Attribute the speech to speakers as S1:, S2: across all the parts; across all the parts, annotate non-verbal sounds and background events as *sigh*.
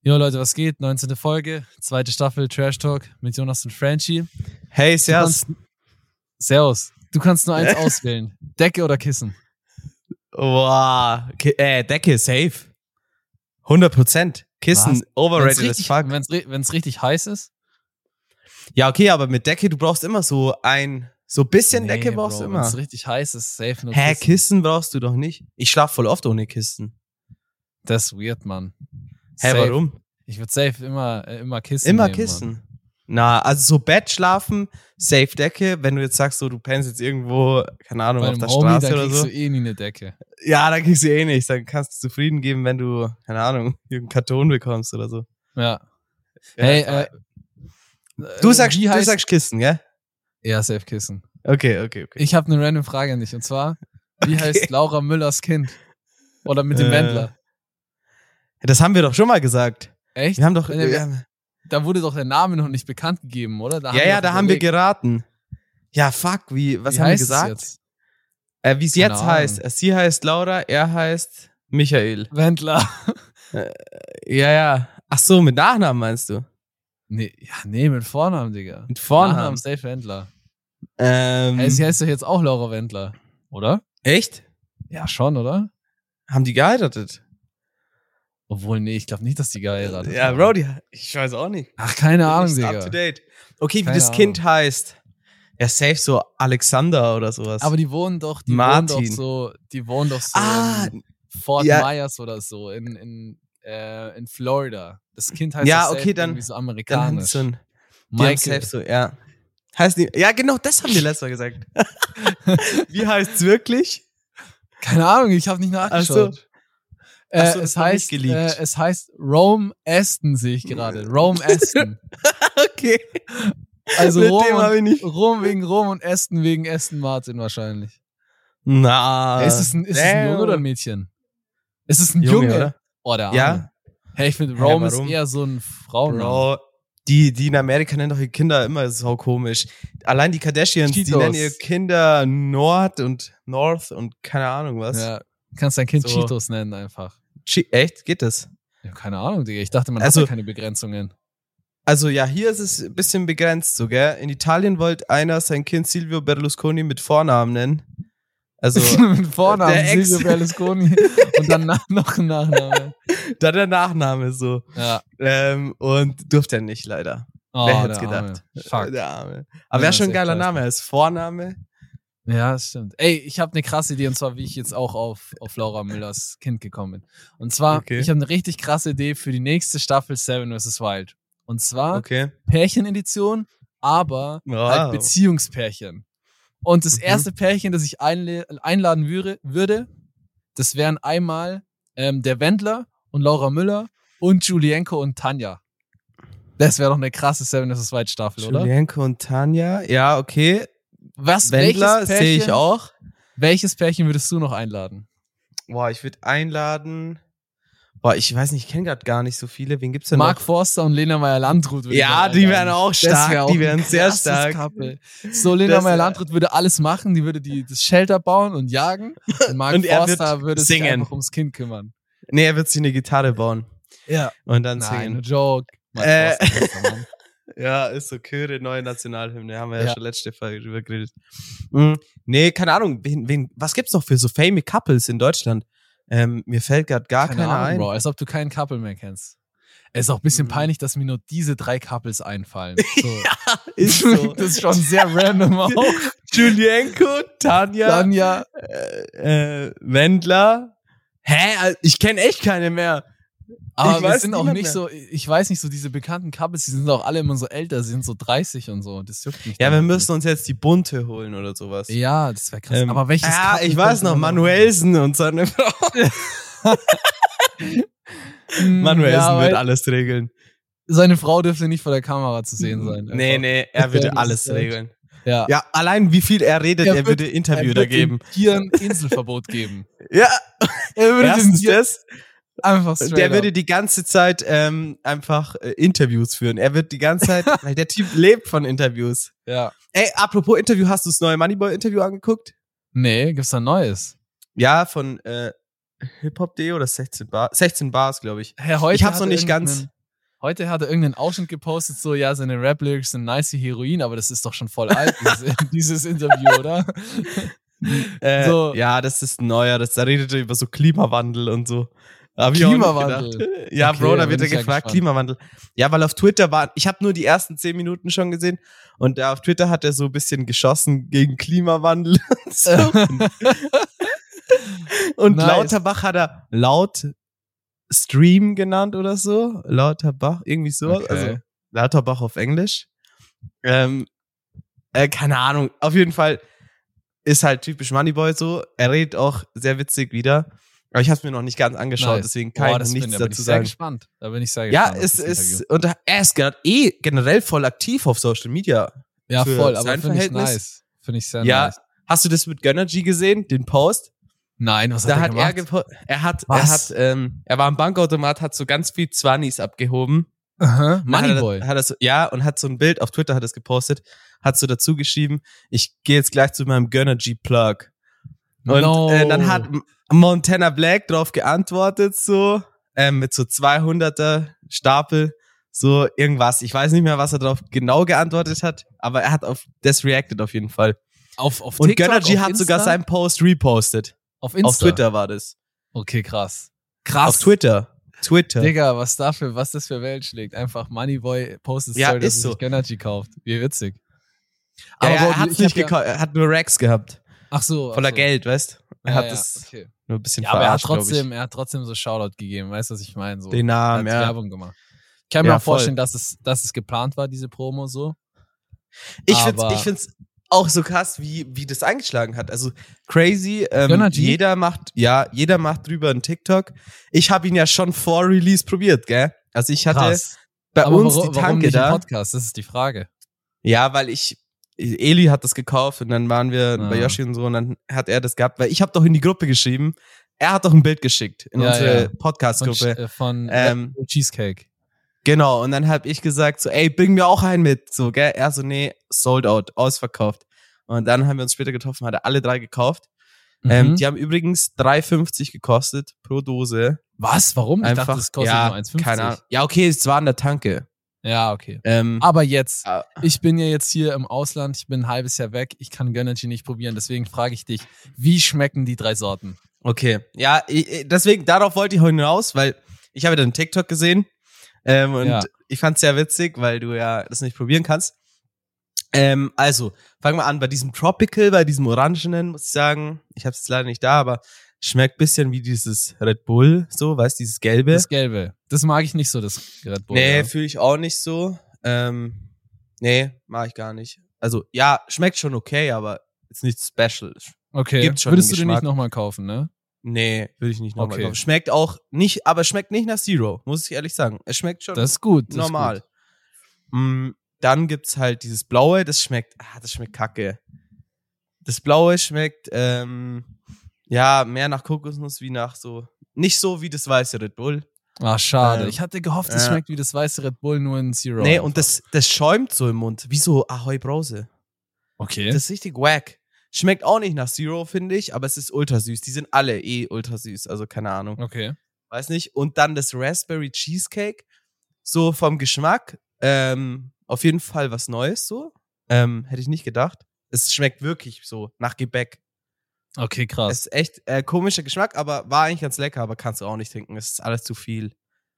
S1: Jo Leute, was geht? 19. Folge, zweite Staffel Trash Talk mit Jonas und Franchi.
S2: Hey,
S1: Du
S2: Servus.
S1: kannst- Servus. Du kannst nur eins
S2: Ja.
S1: auswählen. Decke oder Kissen.
S2: Wow. Ki äh, Decke, safe. 100%. Kissen,
S1: Was? Wenn's
S2: overrated as
S1: richtig,
S2: fuck.
S1: wenn's ri- wenn's richtig heiß ist.
S2: Ja, okay, aber mit Decke, du brauchst immer so ein, so bisschen
S1: Nee,
S2: Decke brauchst
S1: Bro,
S2: du immer.
S1: Wenn's richtig heiß ist, safe nur
S2: Hä,
S1: Kissen.
S2: Kissen brauchst du doch nicht. Ich schlaf voll oft ohne Kissen.
S1: Das ist weird, Mann.
S2: Hä,
S1: Safe.
S2: warum?
S1: Ich würde safe immer, äh, immer Kissen
S2: Immer
S1: nehmen, Mann.
S2: Kissen. Na, also so Bett schlafen, safe Decke. Wenn du jetzt sagst, so du pennst jetzt irgendwo, keine Ahnung,
S1: Bei
S2: auf
S1: einem
S2: der
S1: Homie,
S2: Straße
S1: dann
S2: oder
S1: kriegst
S2: so.
S1: du eh nie eine Decke.
S2: Ja, dann kriegst du eh nichts. Dann kannst du zufrieden geben, wenn du, keine Ahnung, *laughs* irgendeinen Karton bekommst oder so.
S1: Ja.
S2: Ja,
S1: hey, äh,
S2: du sagst,
S1: wie
S2: du
S1: heißt-
S2: sagst Kissen, gell?
S1: Ja, safe Kissen.
S2: Okay, okay, okay.
S1: Ich habe eine random Frage an dich. Und zwar, wie heißt Laura Müllers Kind? Oder mit dem
S2: Äh,
S1: Wendler?
S2: Das haben wir doch schon mal gesagt.
S1: Echt?
S2: Wir haben doch.
S1: Wenn der-
S2: wir-
S1: Da wurde doch der Name noch nicht bekannt gegeben, oder? Da
S2: ja, ja, da haben wir
S1: überlegt,
S2: geraten. Ja, fuck, wie, was
S1: wie
S2: haben wir
S1: heißt es
S2: gesagt?
S1: jetzt?
S2: Äh, wie es
S1: Keine
S2: jetzt
S1: Ahnung.
S2: heißt. Sie heißt Laura, er heißt Michael.
S1: Wendler.
S2: Ja, ja. Ach so, mit Nachnamen meinst du?
S1: Nee, ja, nee, mit Vornamen, Digga.
S2: Mit Vornamen.
S1: Safe Wendler.
S2: Ähm,
S1: Hey, sie heißt doch jetzt auch Laura Wendler, oder?
S2: echt?
S1: Ja, schon, oder?
S2: Haben die geheiratet?
S1: Obwohl, nee, ich glaube nicht, dass die geheiratet
S2: Ja,
S1: haben.
S2: Bro, die, ich weiß auch nicht.
S1: Ach, keine Ahnung,
S2: Ist up
S1: Digga.
S2: to date. Okay, wie
S1: Keine
S2: das Kind heißt. Ja, safe so Alexander oder sowas.
S1: Aber die wohnen doch, die wohnen
S2: Martin.
S1: doch so, die wohnen doch so
S2: ah,
S1: in Fort
S2: ja.
S1: Myers oder so in, in, äh, in Florida. Das Kind heißt
S2: Ja,
S1: doch safe
S2: okay, dann-
S1: irgendwie so
S2: dann haben die
S1: amerikanisch.
S2: so ein Die haben
S1: Michael.
S2: safe so, ja. Heißt die, ja, genau das haben wir letztes Mal gesagt. *laughs* Wie heißt's wirklich?
S1: Keine Ahnung, ich habe nicht nachgeschaut.
S2: Also,
S1: Äh,
S2: Ach
S1: es,
S2: so, das hab ich
S1: heißt,
S2: geleakt.
S1: äh, es heißt Rome Aston, sehe ich
S2: Äh.
S1: gerade. Rome
S2: *laughs*
S1: Aston.
S2: okay.
S1: Also
S2: Mit
S1: Rom,
S2: dem habe
S1: und,
S2: ich nicht.
S1: Rom wegen Rom und Aston wegen Aston Martin wahrscheinlich.
S2: Na.
S1: ist es ein, ist es ein Junge
S2: Ah, damn.
S1: oder ein Mädchen? Ist es ein Junge?
S2: Junge, oder?
S1: Oh, der Arme.
S2: Ja.
S1: Hey, ich finde,
S2: Hä,
S1: Rome ist
S2: warum?
S1: eher so ein Frauenname.
S2: Bro, Oh, die, die in Amerika nennen doch ihre Kinder immer so komisch. Allein die Kardashians, die
S1: Cheetos.
S2: nennen ihre Kinder Nord und North und keine Ahnung was.
S1: Ja. Du kannst dein Kind
S2: So.
S1: Cheetos nennen einfach.
S2: Che- Echt? Geht das?
S1: Ja, keine Ahnung, Digga. Ich dachte, man
S2: Also-
S1: hat ja keine Begrenzungen.
S2: Also ja, hier ist es ein bisschen begrenzt so, gell? In Italien wollte einer sein Kind Silvio Berlusconi mit Vornamen nennen. Also, *laughs*
S1: *laughs* Mit Vornamen
S2: der Ex-
S1: Silvio Berlusconi und dann na- noch ein Nachname.
S2: da der Nachname so.
S1: Ja.
S2: Ähm, und durfte er nicht, leider.
S1: Oh,
S2: Wer hätte es
S1: der
S2: gedacht?
S1: Arme. Fuck.
S2: Der Arme. Aber
S1: Ja,
S2: wäre
S1: ist
S2: schon ein
S1: echt ne?
S2: geiler
S1: scheiße.
S2: Name als Vorname.
S1: Ja, das stimmt. Ey, ich habe eine krasse Idee und zwar, wie ich jetzt auch auf, auf Laura Müllers Kind gekommen bin. Und zwar,
S2: Okay.
S1: ich habe eine richtig krasse Idee für die nächste Staffel Seven vs. Wild. Und zwar
S2: Okay.
S1: Pärchenedition, aber halt
S2: Wow.
S1: Beziehungspärchen. Und das
S2: Mhm.
S1: erste Pärchen, das ich einle- einladen würde, würde, das wären einmal ähm, der Wendler und Laura Müller und Julienko und Tanja. Das wäre doch eine krasse Seven vs. Wild Staffel, oder?
S2: Julienko und Tanja. Ja, okay.
S1: Was,
S2: Wendler
S1: welches Pärchen-
S2: sehe ich auch.
S1: Welches Pärchen würdest du noch einladen?
S2: Boah, ich würde einladen. Boah, ich weiß nicht, ich kenne gerade gar nicht so viele. Wen gibt's denn
S1: Mark
S2: noch?
S1: Forster und Lena Meyer Landrut. würde ich
S2: Genau. Ja,
S1: noch
S2: die
S1: einladen.
S2: wären auch
S1: Das
S2: stark.
S1: wär auch
S2: die
S1: ein
S2: wären sehr
S1: krasses
S2: stark.
S1: Couple. So, Lena
S2: Das
S1: Meyer
S2: wär-
S1: Landrut würde alles machen. Die würde die, das Shelter bauen und
S2: *laughs*
S1: jagen. Und Mark
S2: Und er wird
S1: Forster würde sich
S2: singen.
S1: einfach ums Kind kümmern.
S2: Nee, er wird sich eine Gitarre bauen
S1: Ja.
S2: und dann
S1: Nein, no
S2: singen.
S1: joke. Mark
S2: Äh.
S1: Forster, bester
S2: *laughs*
S1: Mann.
S2: Ja, ist so Chöre, neue Nationalhymne. Haben wir ja,
S1: Ja.
S2: schon letzte Folge drüber geredet. Mhm. Nee, keine Ahnung. Wen, wen, was gibt's noch für so famous Couples in Deutschland? Ähm, mir fällt gerade gar
S1: Keine
S2: keiner
S1: Ahnung,
S2: ein.
S1: Bro. Als ob du keinen Couple mehr kennst. Es ist auch ein bisschen
S2: Mhm.
S1: peinlich, dass mir nur diese drei Couples
S2: *laughs*
S1: einfallen. So.
S2: Ist
S1: *laughs*
S2: so.
S1: das ist schon sehr
S2: *laughs*
S1: random auch.
S2: Julienko, Tanja,
S1: Tanja,
S2: äh, äh, Wendler. Hä? Also, Ich kenne echt keine mehr.
S1: Aber
S2: Ich
S1: wir
S2: weiß
S1: sind auch
S2: niemand
S1: nicht
S2: mehr.
S1: so, ich weiß nicht, so diese bekannten Couples, die sind auch alle immer so älter, sie sind so 30 und so. Das juckt mich.
S2: Ja,
S1: dann
S2: wir
S1: nicht.
S2: müssen uns jetzt die bunte holen oder sowas.
S1: Ja, das wäre krass.
S2: Ähm,
S1: aber welches
S2: Ja,
S1: Couple
S2: ich weiß
S1: könnte
S2: noch,
S1: man
S2: Manuelsen und ne,
S1: *laughs*
S2: seine Frau. *laughs*
S1: Hm,
S2: Manuelsen
S1: ja,
S2: wird
S1: weil
S2: alles regeln.
S1: Seine Frau dürfte nicht vor der Kamera zu sehen sein.
S2: Nee,
S1: einfach.
S2: nee,
S1: *laughs*
S2: er
S1: Ja,
S2: würde
S1: das
S2: alles
S1: ist halt echt.
S2: regeln.
S1: Ja.
S2: Ja, allein wie viel er redet,
S1: Er
S2: er,
S1: wird-
S2: würde
S1: Er
S2: Interview
S1: wird
S2: da
S1: dem
S2: geben.
S1: Tier ein Inselverbot geben.
S2: *laughs* Ja,
S1: Er würde dem
S2: erstens
S1: Tier
S2: das.
S1: einfach straight
S2: Der
S1: up.
S2: würde die ganze Zeit ähm, einfach äh, Interviews führen. Er wird die
S1: *laughs*
S2: ganze Zeit, weil der Typ lebt von Interviews.
S1: Ja.
S2: Ey, apropos Interview, hast du das neue Moneyboy-Interview angeguckt?
S1: Nee, gibt's da ein neues?
S2: Ja, von äh, hiphop.de oder 16 Bar? 16 Bars, glaube ich.
S1: Herr, heute
S2: Ich hab's
S1: hat
S2: noch
S1: er
S2: nicht ganz-
S1: irgendeinen- Heute hat er irgendeinen Ausschnitt gepostet, so, ja, seine Rap-Lyrics sind nice wie Heroin, aber das ist doch schon voll alt,
S2: *laughs*
S1: dieses, *laughs* dieses Interview, oder?
S2: Äh,
S1: So.
S2: Ja, das ist neuer. Das, da redet er über so Klimawandel und so. Hab ich auch nicht
S1: Klimawandel?
S2: gedacht. Äh, Ja,
S1: Okay,
S2: Bro,
S1: da
S2: da
S1: bin
S2: wird er
S1: ich ja
S2: gefragt,
S1: gespannt.
S2: Klimawandel. Ja, weil auf Twitter war, ich habe nur die ersten zehn Minuten schon gesehen und äh, auf Twitter hat er so ein bisschen geschossen gegen Klimawandel *laughs* und
S1: *laughs*
S2: so. und
S1: Nice.
S2: Lauterbach hat er laut Stream genannt oder so. Lauterbach, irgendwie so.
S1: Okay.
S2: Also Lauterbach auf Englisch. Ähm, äh, keine Ahnung. Auf jeden Fall ist halt typisch Moneyboy so. Er redet auch sehr witzig wieder. Aber ich habe es mir noch nicht ganz angeschaut,
S1: Nice.
S2: deswegen kann
S1: Boah,
S2: ich
S1: das
S2: noch
S1: bin,
S2: nichts
S1: da bin ich
S2: dazu
S1: sehr
S2: sagen.
S1: gespannt. Da bin ich sehr
S2: Ja,
S1: gespannt. auf
S2: es
S1: das
S2: ist,
S1: Interview.
S2: und er ist gerade eh generell voll aktiv auf Social Media.
S1: Ja,
S2: für
S1: voll, aber
S2: sein
S1: finde ich
S2: Verhältnis-
S1: nice. Finde ich sehr
S2: Ja.
S1: nice.
S2: Hast du das mit Gönner G gesehen, den Post?
S1: Nein, was
S2: da
S1: hat
S2: hat
S1: er
S2: er,
S1: gemacht?
S2: gepo- er hat, er
S1: Was?
S2: hat, ähm, er war am Bankautomat, hat so ganz viel Zwannis abgehoben.
S1: *laughs* Aha,
S2: Dann
S1: Moneyboy.
S2: Hat er, hat er so, ja, und hat so ein Bild auf Twitter hat es gepostet, hat so dazu geschrieben, ich gehe jetzt gleich zu meinem Gönnergy Plug. Und
S1: No.
S2: äh, dann hat M- Montana Black drauf geantwortet, so, ähm, mit so 200er Stapel, so irgendwas. Ich weiß nicht mehr, was er drauf genau geantwortet hat, aber er hat auf das reacted auf jeden Fall.
S1: auf, auf
S2: Und
S1: TikTok,
S2: Gönnergy
S1: auf
S2: hat sogar
S1: Insta?
S2: seinen Post repostet.
S1: auf, Insta.
S2: Auf Twitter war das.
S1: Okay, krass. Krass.
S2: Auf Twitter. Twitter.
S1: Digga, was dafür, was das für Welt schlägt. Einfach Moneyboy postet
S2: Ja,
S1: Story, dass
S2: ist
S1: er
S2: so.
S1: sich Gönnergy kauft. Wie witzig.
S2: Ja,
S1: Aber
S2: ja,
S1: Bro,
S2: er hat's
S1: ich hab
S2: nicht
S1: ja-
S2: gekauft, er hat nur Racks gehabt.
S1: Ach so.
S2: Voller
S1: ach so.
S2: Geld, weißt Er
S1: Ja,
S2: hat
S1: ja,
S2: das
S1: okay.
S2: nur ein bisschen
S1: Ja, aber er hat
S2: glaub ich.
S1: trotzdem, er hat trotzdem so Shoutout gegeben. Weißt du, was ich meine? So.
S2: den
S1: er hat
S2: Namen, ja.
S1: Werbung gemacht. Ich kann mir
S2: Ja,
S1: auch vorstellen, dass es, dass es geplant war, diese Promo so.
S2: Ich find's,
S1: Aber-
S2: ich find's auch so krass, wie, wie das eingeschlagen hat. Also crazy. Ähm,
S1: Gönner G?
S2: jeder macht, ja, jeder macht drüber einen TikTok. Ich habe ihn ja schon vor Release probiert, gell? Also ich hatte
S1: Krass.
S2: bei
S1: aber
S2: uns
S1: warum,
S2: die
S1: warum
S2: Tanke
S1: nicht im
S2: da.
S1: Podcast? Das ist die Frage.
S2: Ja, weil ich Eli hat das gekauft und dann waren wir bei
S1: Ah.
S2: Yoshi und so und dann hat er das gehabt, weil ich habe doch in die Gruppe geschrieben. Er hat doch ein Bild geschickt in
S1: Ja,
S2: unsere
S1: ja. Von,
S2: Podcast-Gruppe.
S1: äh, von
S2: Ähm,
S1: Red Cheesecake.
S2: Genau, und dann hab ich gesagt, so, ey, bring mir auch einen mit. So, gell? Er so, nee, sold out, ausverkauft. Und dann haben wir uns später getroffen, hat er alle drei gekauft. Ähm,
S1: Mhm.
S2: die haben übrigens 3,50 gekostet pro Dose.
S1: Was? Warum? Ich
S2: Einfach,
S1: dachte, das kostet
S2: ja,
S1: nur 1,50.
S2: keine Ahnung. Ja, okay, es war an der Tanke.
S1: Ja, okay.
S2: Ähm,
S1: Aber jetzt,
S2: Ah.
S1: ich bin ja jetzt hier im Ausland, ich bin ein halbes Jahr weg, ich kann Gönnergy nicht probieren, deswegen frage ich dich, wie schmecken die drei Sorten?
S2: okay, ja, ich, ich- deswegen, darauf wollte ich heute hinaus, weil ich habe den TikTok gesehen ähm, und
S1: Ja.
S2: ich fand's sehr witzig, weil du ja das nicht probieren kannst. Ähm, also, fangen wir an bei diesem Tropical, bei diesem Orangenen, muss ich sagen. Ich habe es leider nicht da, aber schmeckt bisschen wie dieses Red Bull, so, weißt dieses Gelbe.
S1: Das Gelbe. Das mag ich nicht so, das Red Bull.
S2: nee,
S1: ja.
S2: fühle ich auch nicht so. Ähm, nee, mag ich gar nicht. Also, ja, schmeckt schon okay, aber ist nichts Special.
S1: Okay,
S2: gibt schon
S1: würdest du
S2: den
S1: den nicht
S2: Geschmack.
S1: nochmal kaufen, ne?
S2: Nee, würde ich nicht nochmal
S1: Okay.
S2: kaufen. Schmeckt auch nicht, aber schmeckt nicht nach Zero, muss ich ehrlich sagen. Es schmeckt schon
S1: Das ist gut. Das
S2: normal.
S1: Ist gut.
S2: Mm, dann gibt's halt dieses Blaue, das schmeckt, ah, das schmeckt kacke. Das Blaue schmeckt, ähm, ja, mehr nach Kokosnuss wie nach so, nicht so wie das weiße Red Bull.
S1: Ach, Ah, schade.
S2: Ähm,
S1: ich hatte gehofft, es
S2: ja.
S1: schmeckt wie das weiße Red Bull, nur in Zero.
S2: nee, und das, das schäumt so im Mund, wie so Ahoi Brause.
S1: Okay.
S2: Das ist richtig wack. Schmeckt auch nicht nach Zero, finde ich, aber es ist ultra süß. Die sind alle eh ultra süß, also keine Ahnung.
S1: okay.
S2: weiß nicht. Und dann das Raspberry Cheesecake, so vom Geschmack, ähm, auf jeden Fall was Neues so. Ähm, hätte ich nicht gedacht. Es schmeckt wirklich so nach Gebäck.
S1: Okay, krass.
S2: Es ist echt äh, komischer Geschmack, aber war eigentlich ganz lecker, aber kannst du auch nicht trinken. Es ist alles zu viel. Du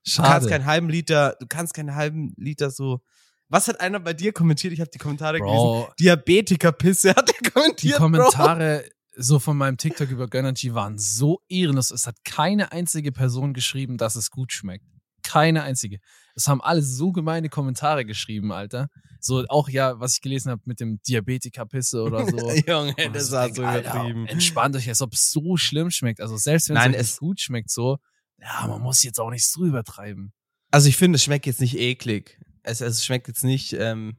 S2: kannst
S1: schade.
S2: keinen halben Liter, du kannst keinen halben Liter so. Was hat einer bei dir kommentiert? Ich habe die Kommentare gelesen.
S1: Bro,
S2: Diabetiker-Pisse hat er
S1: die
S2: kommentiert. Bro.
S1: Kommentare so von meinem TikTok über Gönnergy waren so ehrenlos. Es hat keine einzige Person geschrieben, dass es gut schmeckt. Keine einzige. Es haben alle so gemeine Kommentare geschrieben, Alter. So auch ja, was ich gelesen habe mit dem Diabetiker-Pisse oder
S2: *laughs*
S1: so.
S2: Junge,
S1: Und
S2: das
S1: ich
S2: war
S1: denk,
S2: so
S1: Alter,
S2: übertrieben.
S1: Entspannt euch, als ob es so schlimm schmeckt. Also selbst wenn
S2: Nein,
S1: es
S2: es-
S1: es gut schmeckt, so, ja, man muss jetzt auch nicht so übertreiben.
S2: Also ich finde, es schmeckt jetzt nicht eklig. Es, es schmeckt jetzt nicht ähm,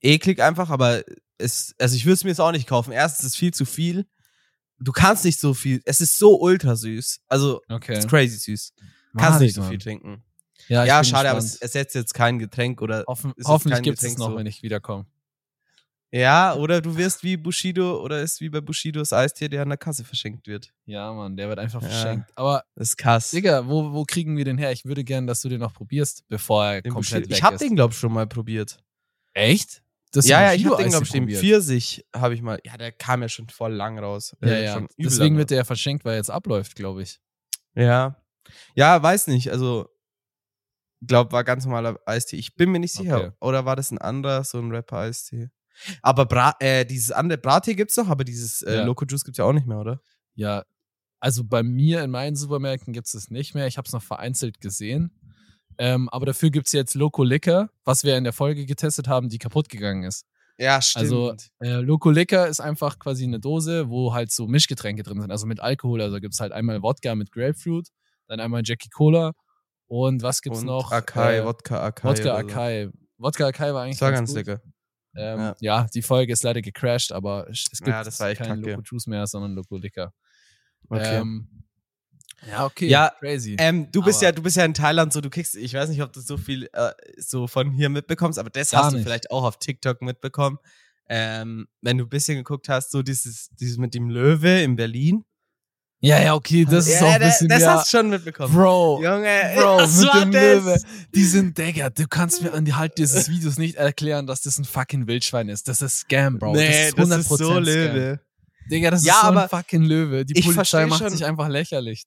S2: eklig einfach, aber es, also ich würde es mir jetzt auch nicht kaufen. Erstens ist es viel zu viel. Du kannst nicht so viel. Es ist so ultra süß. Also
S1: Okay.
S2: es ist crazy süß. Kannst
S1: Mag
S2: nicht
S1: ich,
S2: so viel
S1: Mann.
S2: trinken.
S1: Ja, ich
S2: ja,
S1: bin
S2: schade, aber es
S1: gespannt.
S2: ersetzt jetzt kein Getränk oder
S1: Hoffen,
S2: ist es
S1: hoffentlich
S2: kein
S1: gibt es
S2: Getränk
S1: noch,
S2: so.
S1: wenn ich wiederkomme.
S2: Ja, oder du wirst wie Bushido oder ist wie bei Bushidos Eistier, der an der Kasse verschenkt wird.
S1: Ja, Mann, der wird einfach
S2: Ja.
S1: verschenkt. Aber,
S2: Das ist krass.
S1: Digga, wo, wo kriegen wir den her? Ich würde gern, dass du den noch probierst, bevor er
S2: Den
S1: komplett
S2: Bushido-
S1: weg
S2: ich hab
S1: ist.
S2: den, glaube ich, schon mal probiert.
S1: Echt? Das
S2: ja, ja, ich hab
S1: Bushido-Eis
S2: den, glaube ich, den
S1: probiert.
S2: Pfirsich habe ich mal. Ja, der kam ja schon voll lang raus.
S1: Ja,
S2: Äh,
S1: ja.
S2: schon übel
S1: Deswegen
S2: lang
S1: wird der ja verschenkt, weil er jetzt abläuft, glaube ich.
S2: Ja. Ja, weiß nicht. Also, glaub, war ganz normaler Eistee. Ich bin mir nicht sicher.
S1: Okay.
S2: Oder war das ein anderer, so ein Rapper-Eistee? Aber Bra äh, dieses andere Brattee gibt's noch, aber dieses äh,
S1: Ja.
S2: Loco Juice gibt's ja auch nicht mehr, oder?
S1: Ja, also bei mir in meinen Supermärkten gibt es das nicht mehr. Ich habe es noch vereinzelt gesehen. Ähm, aber dafür gibt es jetzt Loco Liquor, was wir in der Folge getestet haben, die kaputt gegangen ist.
S2: Ja, stimmt.
S1: Also, Äh, Loco Liquor ist einfach quasi eine Dose, wo halt so Mischgetränke drin sind, also mit Alkohol. Also gibt es halt einmal Wodka mit Grapefruit, dann einmal Jackie Cola und was gibt's
S2: Und
S1: noch?
S2: Akai,
S1: Äh,
S2: Wodka Akai.
S1: Wodka
S2: oder so.
S1: Akai. Wodka Akai war eigentlich
S2: Das war ganz
S1: gut.
S2: lecker.
S1: Ähm, ja.
S2: Ja.
S1: die Folge ist leider gecrashed, aber es es gibt
S2: Ja, das war echt
S1: keinen
S2: kacke.
S1: Loco Juice mehr, sondern Loco Liquor.
S2: Okay. Ähm,
S1: Ähm, ja, okay.
S2: Ja,
S1: crazy.
S2: Ähm, du bist
S1: aber-
S2: ja, du bist ja in Thailand, so du kriegst, ich weiß nicht, ob du so viel äh, so von hier mitbekommst, aber das
S1: Gar
S2: hast du
S1: nicht.
S2: vielleicht auch auf TikTok mitbekommen. Ähm, wenn du ein bisschen geguckt hast, so dieses, dieses mit dem Löwe in Berlin.
S1: ja, ja, okay, das ist
S2: ja,
S1: auch ein
S2: da-
S1: bisschen
S2: Das
S1: ja,
S2: hast du schon mitbekommen.
S1: Bro.
S2: Junge,
S1: Bro,
S2: *laughs* was
S1: mit
S2: war
S1: dem
S2: das?
S1: Löwe. Die sind Digga, du kannst mir an die Halt dieses Videos nicht erklären, dass das ein fucking Wildschwein ist. Das ist Scam, Bro.
S2: nee,
S1: das ist 100%
S2: so
S1: Scam.
S2: Löwe.
S1: Digga, das
S2: Ja,
S1: ist so ein
S2: aber
S1: fucking Löwe. Die
S2: ich
S1: Polizei
S2: versteh
S1: macht
S2: schon-
S1: sich einfach lächerlich.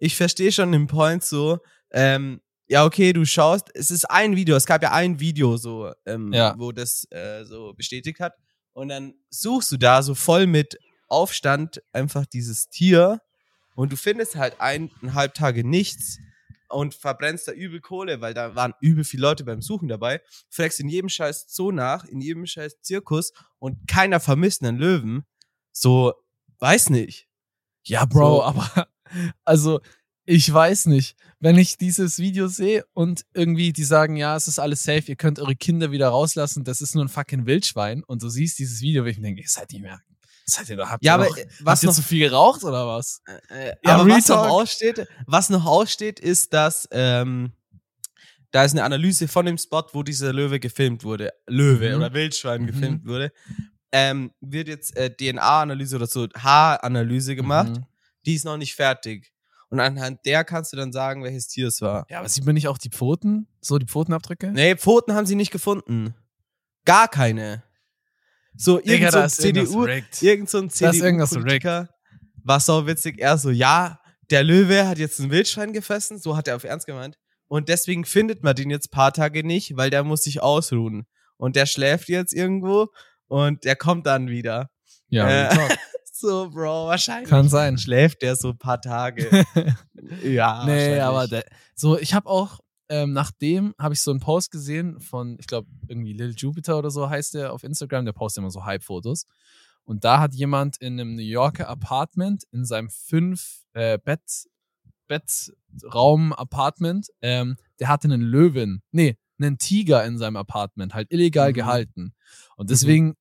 S2: Ich verstehe schon den Point so. Ähm, ja, okay, du schaust, es ist ein Video, es gab ja ein Video so, ähm,
S1: Ja.
S2: wo das äh, so bestätigt hat. Und dann suchst du da so voll mit Aufstand einfach dieses Tier und du findest halt eineinhalb Tage nichts und verbrennst da übel Kohle, weil da waren übel viele Leute beim Suchen dabei. Fragst in jedem scheiß Zoo nach, in jedem scheiß Zirkus und keiner vermisst einen Löwen. So, weiß nicht.
S1: Ja, Bro,
S2: So.
S1: aber *laughs* also ich weiß nicht, wenn ich dieses Video sehe und irgendwie die sagen, ja, es ist alles safe, ihr könnt eure Kinder wieder rauslassen, das ist nur ein fucking Wildschwein und du siehst dieses Video, wo ich mir denke, ihr seid nicht mehr. Seid ihr doch, habt
S2: Ja,
S1: ihr
S2: aber
S1: noch,
S2: äh,
S1: was
S2: was
S1: habt ihr
S2: noch
S1: zu viel geraucht oder was?
S2: Äh,
S1: Ja,
S2: aber
S1: Real
S2: was noch,
S1: Talk.
S2: aussteht, was noch aussteht, ist, dass ähm, da ist eine Analyse von dem Spot, wo dieser Löwe gefilmt wurde. Löwe
S1: Mhm.
S2: oder Wildschwein
S1: Mhm.
S2: gefilmt wurde. Ähm, wird jetzt äh, DNA-Analyse oder so Haaranalyse gemacht.
S1: Mhm.
S2: Die ist noch nicht fertig. Und anhand der kannst du dann sagen, welches Tier es war.
S1: Ja, aber sieht man nicht auch die Pfoten? So die Pfotenabdrücke?
S2: Nee, Pfoten haben sie nicht gefunden. Gar keine. So,
S1: Digga,
S2: irgend so
S1: da
S2: ein
S1: ist irgendwas
S2: CDU,
S1: rigged.
S2: irgend so ein
S1: Da ist irgendwas
S2: CDU-Politiker war so witzig. Er so, ja, der Löwe hat jetzt einen Wildschwein gefressen, so hat er auf Ernst gemeint. Und deswegen findet man den jetzt paar Tage nicht, weil der muss sich ausruhen. Und der schläft jetzt irgendwo und der kommt dann wieder.
S1: Ja,
S2: Äh,
S1: *laughs* Real Talk.
S2: *laughs* So, Bro, wahrscheinlich
S1: kann sein.
S2: schläft der so ein
S1: *laughs*
S2: paar Tage. ja,
S1: Nee,
S2: wahrscheinlich.
S1: aber der, so, ich habe auch, ähm, nachdem habe ich so einen Post gesehen von, ich glaube, irgendwie Lil Jupiter oder so heißt der auf Instagram, der postet immer so Hype-Fotos. Und da hat jemand in einem New Yorker Apartment, in seinem fünf äh, Bett, Bettraum Apartment, ähm, der hatte einen Löwen, nee, einen Tiger in seinem Apartment, halt illegal
S2: Mhm.
S1: gehalten. Und deswegen,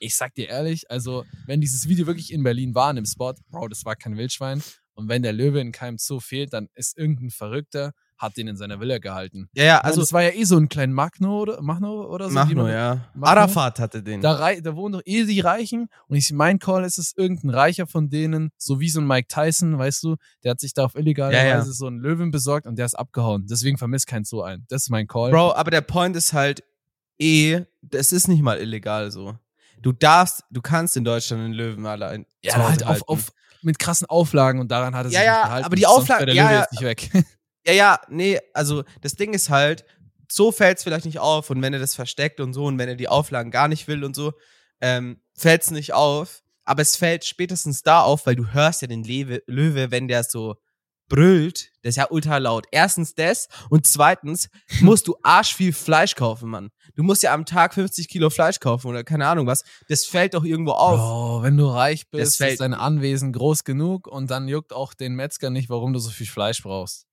S1: ich sag dir ehrlich, also wenn dieses Video wirklich in Berlin war, in dem Spot, Bro, das war kein Wildschwein. Und wenn der Löwe in keinem Zoo fehlt, dann ist irgendein Verrückter, hat den in seiner Villa gehalten.
S2: ja, ja,
S1: Also
S2: also
S1: es war ja eh so ein kleiner Magno oder Magno oder so.
S2: mach
S1: wie
S2: nur,
S1: man-
S2: ja.
S1: Mach nur.
S2: Arafat hatte den.
S1: Da, rei- da wohnen doch eh die Reichen und ich mein Call ist es irgendein Reicher von denen, so wie so ein Mike Tyson, weißt du, der hat sich da auf illegale
S2: Ja, ja.
S1: Weise so einen Löwen besorgt und der ist abgehauen. Deswegen vermisst kein Zoo einen. Das ist mein Call.
S2: Bro, aber der Point ist halt eh, das ist nicht mal illegal so. Du darfst, du kannst in Deutschland einen Löwen allein.
S1: ja,
S2: zu Hause
S1: aber halt auf,
S2: halten.
S1: auf mit krassen Auflagen und daran hat er
S2: Ja,
S1: sich
S2: ja,
S1: nicht gehalten.
S2: aber die
S1: sonst
S2: Auflagen-
S1: wär der
S2: ja,
S1: Löwe
S2: ja.
S1: jetzt nicht weg.
S2: Ja, ja, nee, also das Ding ist halt, so fällt es vielleicht nicht auf und wenn er das versteckt und so und wenn er die Auflagen gar nicht will und so, ähm, fällt es nicht auf. Aber es fällt spätestens da auf, weil du hörst ja den Lewe, Löwe, wenn der so brüllt, das ist ja ultra laut. Erstens das und zweitens musst du arsch viel Fleisch kaufen, Mann. Du musst ja am Tag 50 Kilo Fleisch kaufen oder keine Ahnung was. Das fällt doch
S1: *laughs*
S2: irgendwo auf.
S1: Bro, wenn du reich
S2: Das
S1: bist, ist
S2: fällt-
S1: dein Anwesen groß genug und dann juckt auch den Metzger nicht, warum du so viel Fleisch brauchst.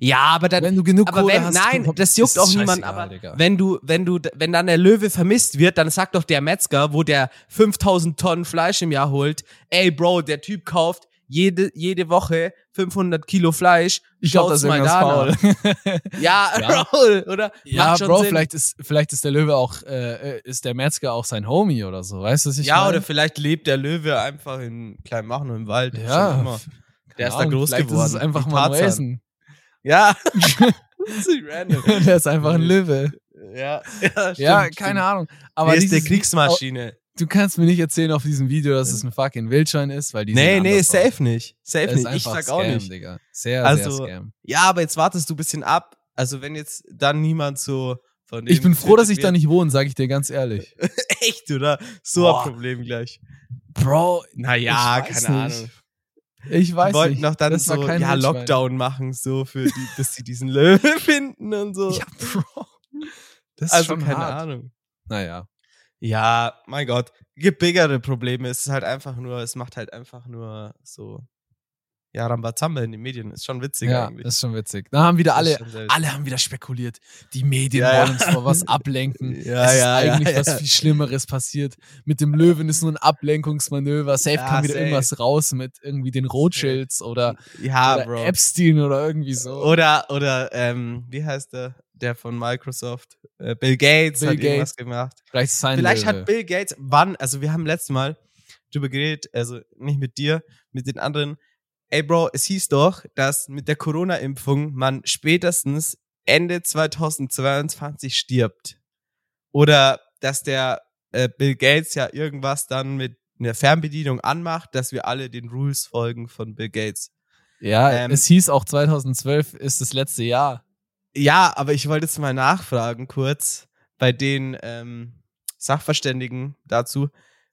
S2: Ja, aber dann,
S1: Wenn du genug
S2: aber
S1: Kohle
S2: wenn,
S1: hast,
S2: nein,
S1: kommt-
S2: das
S1: ist
S2: juckt auch niemand.
S1: scheißegal,
S2: Aber
S1: Digga.
S2: wenn du, wenn du, wenn dann der Löwe vermisst wird, dann sagt doch der Metzger, wo der 5000 Tonnen Fleisch im Jahr holt, ey Bro, der Typ kauft jede, jede Woche 500 Kilo Fleisch.
S1: Ich glaube, das
S2: schaut's
S1: ist irgendwas *laughs* faul.
S2: Ja,
S1: Ja.
S2: *laughs* Bro, oder?
S1: ja,
S2: Macht schon
S1: Bro,
S2: Sinn.
S1: vielleicht ist, vielleicht ist der Löwe auch, äh, äh, ist der Metzger auch sein Homie oder so, weißt du, was ich
S2: Ja,
S1: meine?
S2: oder vielleicht lebt der Löwe einfach in Kleinmachnow im Wald.
S1: Ja,
S2: schon immer.
S1: Keine
S2: der ist da
S1: Ahnung,
S2: groß
S1: vielleicht
S2: geworden.
S1: Ist es einfach
S2: wie Tarzan.
S1: Manuelsen.
S2: Ja.
S1: *laughs*
S2: Das ist random.
S1: der ist einfach
S2: *laughs*
S1: ein Löwe.
S2: Ja, ja,
S1: ja, keine Ahnung. Aber
S2: Aber der ist der
S1: dieses-
S2: Kriegsmaschine.
S1: du kannst mir nicht erzählen auf diesem Video, dass es ein fucking Wildschwein ist, weil die
S2: Nee,
S1: sehen
S2: nee,
S1: anders aus.
S2: safe nicht. Safe
S1: Das ist
S2: nicht. Ich
S1: einfach
S2: sag
S1: Scam,
S2: auch nicht.
S1: Digga. Sehr,
S2: Also,
S1: sehr Scam.
S2: Ja, aber jetzt wartest du ein bisschen ab. Also, wenn jetzt dann niemand so von dem Äh,
S1: Ich bin froh, dass ich da
S2: getötet
S1: nicht wohne, sage ich dir ganz ehrlich.
S2: wird. *laughs* echt, oder? So
S1: Boah.
S2: ein Problem gleich.
S1: Bro,
S2: Naja,
S1: Ich weiß
S2: keine
S1: nicht.
S2: Ahnung.
S1: ich
S2: Die
S1: weiß
S2: wollten
S1: nicht.
S2: doch dann
S1: Das war
S2: so
S1: kein
S2: ja,
S1: Wildschwein.
S2: Lockdown machen, so für die, dass sie diesen *laughs* Löwe finden und so.
S1: Ja, *laughs* Bro. Das ist
S2: also,
S1: schon
S2: keine
S1: hart.
S2: Ahnung.
S1: Naja.
S2: Ja, mein Gott. Gibt bigere Probleme. Es ist halt einfach nur, es macht halt einfach nur so. Ja, Rambazamba in den Medien. Ist schon witzig
S1: Ja,
S2: eigentlich.
S1: das ist schon witzig. Da haben wieder alle,
S2: Ist schon sehr witzig.
S1: alle haben wieder spekuliert. Die Medien
S2: Ja, ja.
S1: wollen uns vor was
S2: *laughs*
S1: ablenken.
S2: Ja,
S1: es ist
S2: ja, ja,
S1: eigentlich
S2: ja.
S1: was viel Schlimmeres passiert. Mit dem Löwen ist nur ein Ablenkungsmanöver. Safe
S2: Ja,
S1: kam wieder
S2: safe.
S1: irgendwas raus mit irgendwie den Rothschilds oder,
S2: Ja,
S1: oder
S2: Bro.
S1: Epstein oder irgendwie so.
S2: Oder, oder ähm, wie heißt der? Der von Microsoft. Äh, Bill Gates
S1: Bill
S2: hat
S1: Gates.
S2: irgendwas gemacht.
S1: Vielleicht ist sein
S2: Vielleicht
S1: Löwe.
S2: hat Bill Gates, wann, also wir haben letztes Mal drüber geredet, also nicht mit dir, mit den anderen. Ey, Bro, es hieß doch, dass mit der Corona-Impfung man spätestens Ende 2022 stirbt. Oder dass der äh, Bill Gates ja irgendwas dann mit einer Fernbedienung anmacht, dass wir alle den Rules folgen von Bill Gates.
S1: Ja,
S2: Ähm,
S1: es hieß auch 2012 ist das letzte Jahr.
S2: Ja, aber ich wollte jetzt mal nachfragen kurz bei den ähm, Sachverständigen dazu.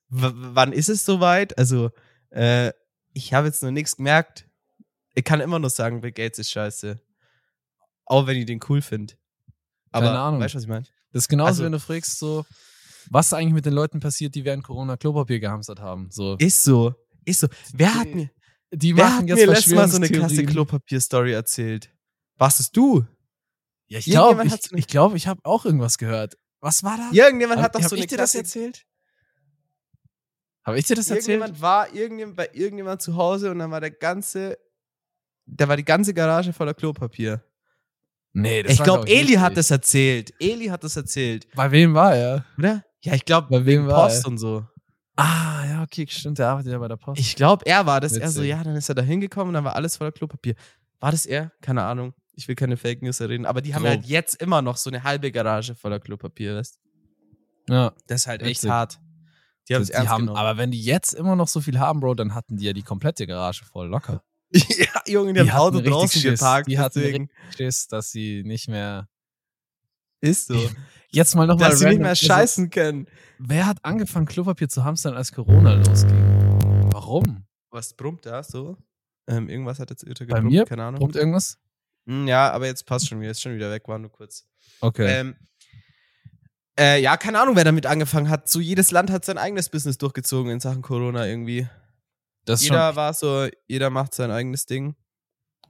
S2: W wann ist es soweit? Also, äh, ich habe jetzt noch nichts gemerkt. Ich kann immer nur sagen, Bill Gates ist scheiße. Auch wenn ich den cool finde. Aber
S1: Keine Ahnung.
S2: weißt du, was ich meine?
S1: Das ist genauso,
S2: Also-
S1: wenn du fragst, so, was ist eigentlich mit den Leuten passiert, die während Corona Klopapier gehamstert haben. So,
S2: Ist so. Ist so. Wer hat
S1: Die
S2: mir,
S1: die
S2: wer hat
S1: machen jetzt
S2: mir letztes Mal so eine krasse
S1: Verschwörungstheorien.
S2: Klopapier-Story erzählt? Warst es du?
S1: Ja, ich
S2: Irgendjemand
S1: glaube, ich,
S2: hat so eine-
S1: ich, glaub, ich habe auch irgendwas gehört. Was war das?
S2: Irgendjemand
S1: Hab-
S2: hat doch
S1: hab
S2: so
S1: ich
S2: eine
S1: dir das
S2: krasse erzählt?
S1: Habe ich dir das erzählt?
S2: Irgendjemand war irgendjemand, bei irgendjemand zu Hause und dann war der ganze, da war die ganze Garage voller Klopapier.
S1: Nee,
S2: ich
S1: war,
S2: glaube,
S1: ich,
S2: Eli
S1: nicht
S2: hat
S1: ich.
S2: das erzählt. Eli hat das erzählt,
S1: Bei wem war er?
S2: oder? Ja, ich glaube,
S1: Bei wem war
S2: Post und so.
S1: er? Ah, ja, okay, stimmt, der arbeitet ja bei der Post.
S2: Ich glaube, er war das. Er so,
S1: Witzig.
S2: ja, dann ist er da hingekommen und dann war alles voller Klopapier. War das er? Keine Ahnung. Ich will keine Fake News reden, aber die haben
S1: Grob.
S2: halt jetzt immer noch so eine halbe Garage voller Klopapier. Das,
S1: ja,
S2: das ist halt echt
S1: Witzig.
S2: hart. Die haben es
S1: die
S2: ernst
S1: haben,
S2: genommen.
S1: aber wenn die jetzt immer noch so viel haben, Bro, dann hatten die ja die komplette Garage voll locker.
S2: *laughs* ja, Junge,
S1: Die
S2: die haben
S1: hatten
S2: Auto
S1: richtig
S2: draußen
S1: Schiss.
S2: geparkt.
S1: Die hatten
S2: deswegen
S1: Verstehst, dass sie nicht mehr.
S2: ist so.
S1: Jetzt mal nochmal.
S2: Dass sie nicht mehr scheißen können.
S1: Wer hat angefangen, Klopapier zu hamstern, als Corona losging? Warum?
S2: Was brummt da so? Ähm, irgendwas hat jetzt Irte
S1: Bei
S2: gebrummt,
S1: mir
S2: keine Ahnung.
S1: Brummt irgendwas?
S2: Hm, ja, aber jetzt passt schon wieder, ist schon wieder weg, war nur kurz.
S1: Okay.
S2: Ähm, äh, ja, keine Ahnung, wer damit angefangen hat. So jedes Land hat sein eigenes Business durchgezogen in Sachen Corona irgendwie.
S1: das ist
S2: Jeder
S1: schon
S2: war so, jeder macht sein eigenes Ding.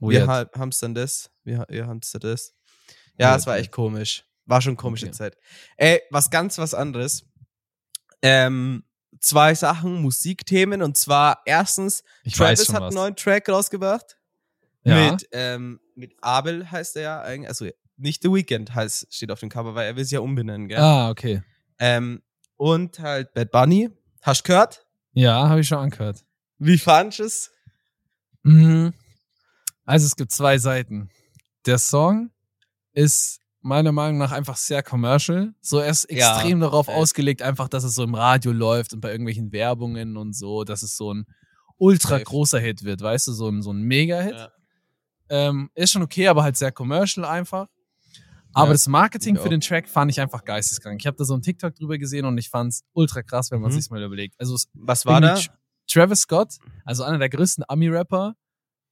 S2: Wir
S1: weird.
S2: ha haben's dann das, wir ha ihr haben's dann das. Ja,
S1: Weird,
S2: es war
S1: weird.
S2: echt komisch. War schon komische
S1: Oh, Okay.
S2: Zeit. Ey, was ganz was anderes. Ähm, zwei Sachen, Musikthemen und zwar erstens,
S1: ich
S2: Travis
S1: weiß schon
S2: hat
S1: was.
S2: einen neuen Track rausgebracht.
S1: ja.
S2: Mit, ähm, mit Abel heißt er ja eigentlich, also nicht The Weeknd heißt, steht auf dem Cover, weil er will es ja umbenennen, gell?
S1: Ah, okay.
S2: Ähm, und halt Bad Bunny. Hast du gehört?
S1: Ja, habe ich schon angehört.
S2: Wie fandest du es?
S1: Mhm. Also es gibt zwei Seiten. Der Song ist meiner Meinung nach einfach sehr commercial. So er ist
S2: Ja.
S1: extrem darauf
S2: Äh.
S1: ausgelegt, einfach, dass es so im Radio läuft und bei irgendwelchen Werbungen und so, dass es so ein ultra
S2: Safe.
S1: großer Hit wird, weißt du, so ein, so ein Mega-Hit.
S2: Ja.
S1: Ähm, ist schon okay, aber halt sehr commercial einfach. Aber
S2: Ja,
S1: das Marketing
S2: ich
S1: für
S2: auch.
S1: den Track fand ich einfach geisteskrank. Ich habe da so einen TikTok drüber gesehen und ich fand's ultra krass, wenn man
S2: Mhm.
S1: sich's mal überlegt. Also es
S2: Was war da?
S1: irgendwie Tra- Travis Scott, also einer der größten Ami-Rapper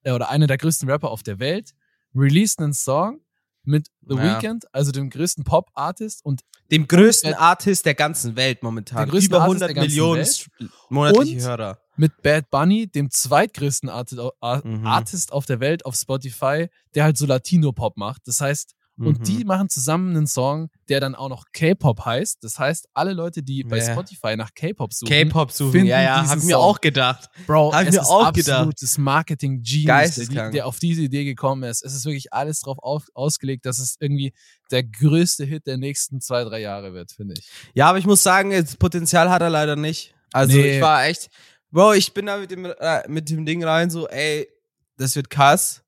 S1: äh, oder einer der größten Rapper auf der Welt, released einen Song mit The
S2: Ja.
S1: Weeknd, also dem größten Pop-Artist und
S2: Dem größten
S1: Äh,
S2: Artist der ganzen Welt momentan.
S1: Der größte
S2: Über
S1: Artist der
S2: 100
S1: ganzen
S2: Millionen
S1: Welt.
S2: St- monatliche
S1: Und-
S2: Hörer.
S1: mit Bad Bunny, dem zweitgrößten Art Ar
S2: Mhm.
S1: Artist auf der Welt auf Spotify, der halt so Latino-Pop macht. Das heißt, Und
S2: Mhm.
S1: die machen zusammen einen Song, der dann auch noch K-Pop heißt. Das heißt, alle Leute, die bei
S2: Ja.
S1: Spotify nach K-Pop suchen,
S2: K-Pop suchen.
S1: finden
S2: Ja, ja, hab
S1: diesen
S2: ich mir
S1: Song.
S2: auch gedacht.
S1: Bro,
S2: Hab ich
S1: es
S2: mir
S1: ist
S2: auch gedacht.
S1: absolutes Marketing-Genius, der, die-
S2: Geisteskrank.
S1: der auf diese Idee gekommen ist. Es ist wirklich alles drauf auf, ausgelegt, dass es irgendwie der größte Hit der nächsten zwei, drei Jahre wird, finde ich.
S2: Ja, aber ich muss sagen, das Potenzial hat er leider nicht. Also
S1: Nee.
S2: ich war echt, Bro, ich bin da mit dem, äh, mit dem Ding rein, so, ey, das wird krass.